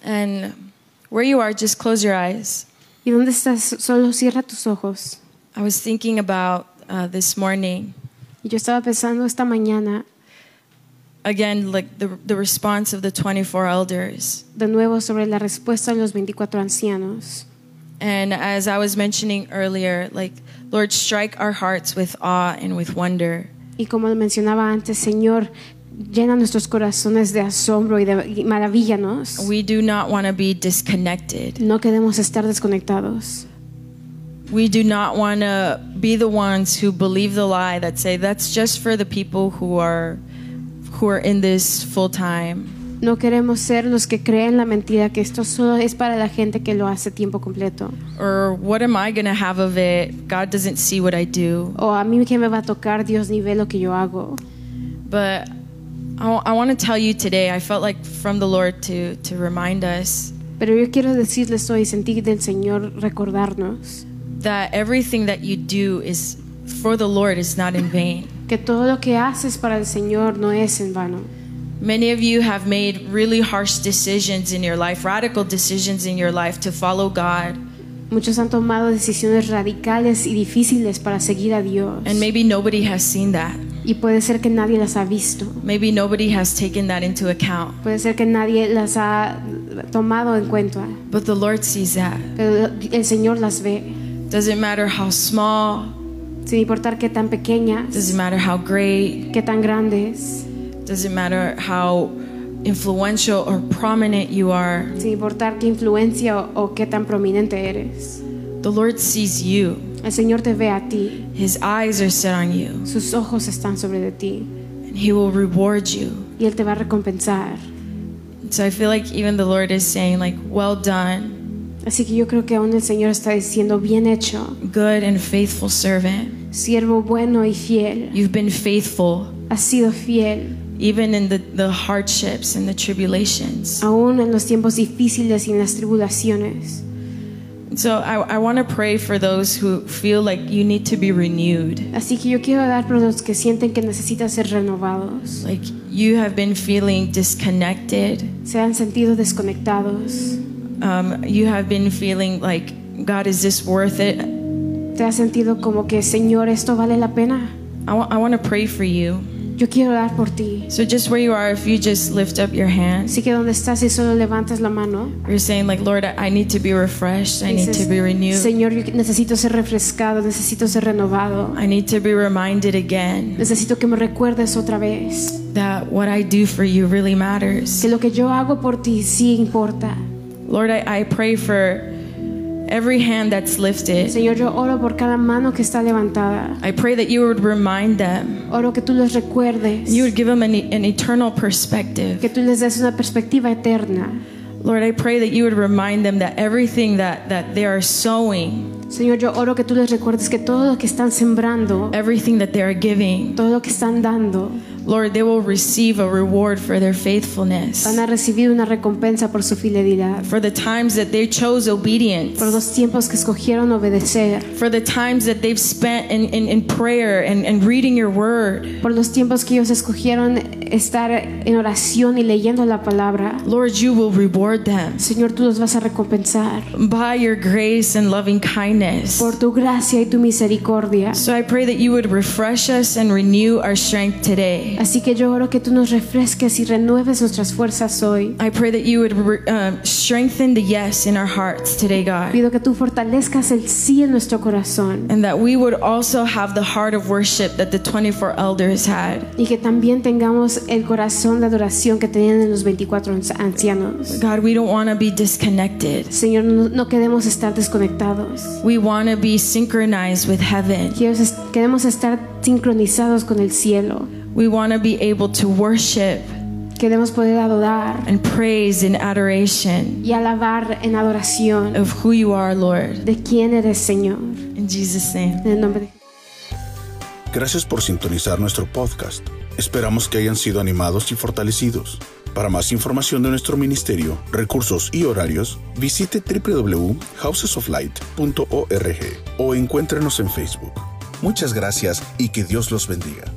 [SPEAKER 2] And where you are, just close your eyes.
[SPEAKER 3] ¿Y dónde estás? Solo cierra tus ojos.
[SPEAKER 2] I was thinking about uh, this morning,
[SPEAKER 3] Y yo estaba pensando esta mañana,
[SPEAKER 2] again, like the, the response of the 24 elders.
[SPEAKER 3] de nuevo sobre la respuesta de los 24 ancianos.
[SPEAKER 2] And as I was mentioning earlier, like, Lord, strike our hearts with awe and with wonder.
[SPEAKER 3] Y como mencionaba antes, Señor, llena nuestros corazones de asombro y, de, y maravíllanos.
[SPEAKER 2] We do not want to be disconnected.
[SPEAKER 3] No queremos estar desconectados.
[SPEAKER 2] We do not want to be the ones who believe the lie that say that's just for the people who are who are in this full time.
[SPEAKER 3] No queremos ser los que creen la mentira que esto solo es para la gente que lo hace tiempo completo.
[SPEAKER 2] Or what am I going to have of it? God doesn't see what I do.
[SPEAKER 3] O a mí que me va a tocar, Dios ni ve lo que yo hago.
[SPEAKER 2] But I, want to tell you today, I felt like from the Lord to to remind us
[SPEAKER 3] Pero yo quiero decirles hoy, sentir del Señor recordarnos
[SPEAKER 2] that everything that you do is for the Lord is not in vain.
[SPEAKER 3] que todo lo que haces para el Señor no es en vano.
[SPEAKER 2] Many of you have made really harsh decisions in your life, radical decisions in your life to follow God.
[SPEAKER 3] Muchos han tomado decisiones radicales y difíciles para seguir a Dios.
[SPEAKER 2] And maybe nobody has seen that.
[SPEAKER 3] Y puede ser que nadie las ha visto.
[SPEAKER 2] Maybe nobody has taken that into account.
[SPEAKER 3] Puede ser que nadie las ha tomado en cuenta.
[SPEAKER 2] But the Lord sees that.
[SPEAKER 3] Pero el Señor las ve.
[SPEAKER 2] Doesn't matter how small,
[SPEAKER 3] Sin importar qué tan pequeñas,
[SPEAKER 2] doesn't matter how great,
[SPEAKER 3] qué tan grandes,
[SPEAKER 2] doesn't matter how influential or prominent you are.
[SPEAKER 3] sin importar qué influencia o, o qué tan prominente eres.
[SPEAKER 2] The Lord sees you.
[SPEAKER 3] El Señor te ve a ti.
[SPEAKER 2] His eyes are set on you,
[SPEAKER 3] Sus ojos están sobre de ti.
[SPEAKER 2] and He will reward you.
[SPEAKER 3] Y Él te va a recompensar.
[SPEAKER 2] So I feel like even the Lord is saying, like, well done,
[SPEAKER 3] Así que yo creo que aún el Señor está diciendo, bien hecho,
[SPEAKER 2] good and faithful servant.
[SPEAKER 3] siervo bueno y fiel,
[SPEAKER 2] You've been faithful,
[SPEAKER 3] has sido fiel,
[SPEAKER 2] even in the, the hardships and the tribulations.
[SPEAKER 3] aún en los tiempos difíciles y en las tribulaciones.
[SPEAKER 2] So I, I want to pray for those who feel like you need to be renewed.
[SPEAKER 3] Así que yo quiero dar por los que sienten que necesitan ser renovados,
[SPEAKER 2] Like you have been feeling disconnected.
[SPEAKER 3] se han sentido desconectados,
[SPEAKER 2] Um, you have been feeling like, God, is this worth it? I
[SPEAKER 3] te has sentido como que, Señor, esto vale la pena.
[SPEAKER 2] want to pray for you.
[SPEAKER 3] Yo quiero orar por ti.
[SPEAKER 2] So just where you are, if you just lift up your hands,
[SPEAKER 3] Así que donde estás y solo levantas la mano,
[SPEAKER 2] you're saying like, Lord, I I need to be refreshed. I need to
[SPEAKER 3] dices,
[SPEAKER 2] be renewed.
[SPEAKER 3] Señor, yo necesito ser refrescado, necesito ser renovado.
[SPEAKER 2] I need to be reminded again
[SPEAKER 3] Necesito que me recuerdes otra vez
[SPEAKER 2] that what I do for you really matters.
[SPEAKER 3] que lo que yo hago por ti sí importa.
[SPEAKER 2] Lord, I, I pray for every hand that's lifted.
[SPEAKER 3] Señor, yo oro por cada mano que está levantada.
[SPEAKER 2] I pray that you would remind them.
[SPEAKER 3] Oro que tú los recuerdes,
[SPEAKER 2] You would give them an, an eternal perspective.
[SPEAKER 3] que tú les des una perspectiva eterna.
[SPEAKER 2] Lord, I pray that you would remind them that everything that, that they are sowing,
[SPEAKER 3] Señor, yo oro que tú les recuerdes que todo lo que están sembrando,
[SPEAKER 2] everything that they are giving,
[SPEAKER 3] todo lo que están dando,
[SPEAKER 2] Lord, they will receive a reward for their faithfulness,
[SPEAKER 3] van a recibir una recompensa por su fidelidad,
[SPEAKER 2] for the times that they chose obedience,
[SPEAKER 3] por los tiempos que escogieron obedecer,
[SPEAKER 2] for the times that they've spent in, in, in prayer and, and reading your word.
[SPEAKER 3] por los tiempos que ellos escogieron estar en oración y leyendo la palabra.
[SPEAKER 2] Lord, you will reward them
[SPEAKER 3] Señor, tú los vas a recompensar
[SPEAKER 2] by your grace and loving kindness.
[SPEAKER 3] por tu gracia y tu misericordia.
[SPEAKER 2] So I pray that you would refresh us and renew our strength today.
[SPEAKER 3] Así que yo oro que tú nos refresques y renueves nuestras fuerzas hoy.
[SPEAKER 2] I pray that you would re- um, strengthen the yes in our hearts today, God.
[SPEAKER 3] Pido que tú fortalezcas el sí en nuestro corazón
[SPEAKER 2] And that we would also have the heart of worship that the 24 elders had.
[SPEAKER 3] y que también tengamos el corazón de adoración que tenían en los 24 anci- ancianos.
[SPEAKER 2] God, we don't want to be disconnected.
[SPEAKER 3] Señor, no, no queremos estar desconectados.
[SPEAKER 2] We want to be synchronized with heaven.
[SPEAKER 3] Queremos es- Queremos estar sincronizados con el cielo.
[SPEAKER 2] We want to be able to worship
[SPEAKER 3] Queremos poder adorar
[SPEAKER 2] and praise in adoration
[SPEAKER 3] y alabar en adoración
[SPEAKER 2] of who you are, Lord.
[SPEAKER 3] de quién eres, Señor.
[SPEAKER 2] In Jesus' name.
[SPEAKER 3] En el nombre de
[SPEAKER 1] Gracias por sintonizar nuestro podcast. Esperamos que hayan sido animados y fortalecidos. Para más información de nuestro ministerio, recursos y horarios, visite www.housesoflight.org o encuéntrenos en Facebook. Muchas gracias y que Dios los bendiga.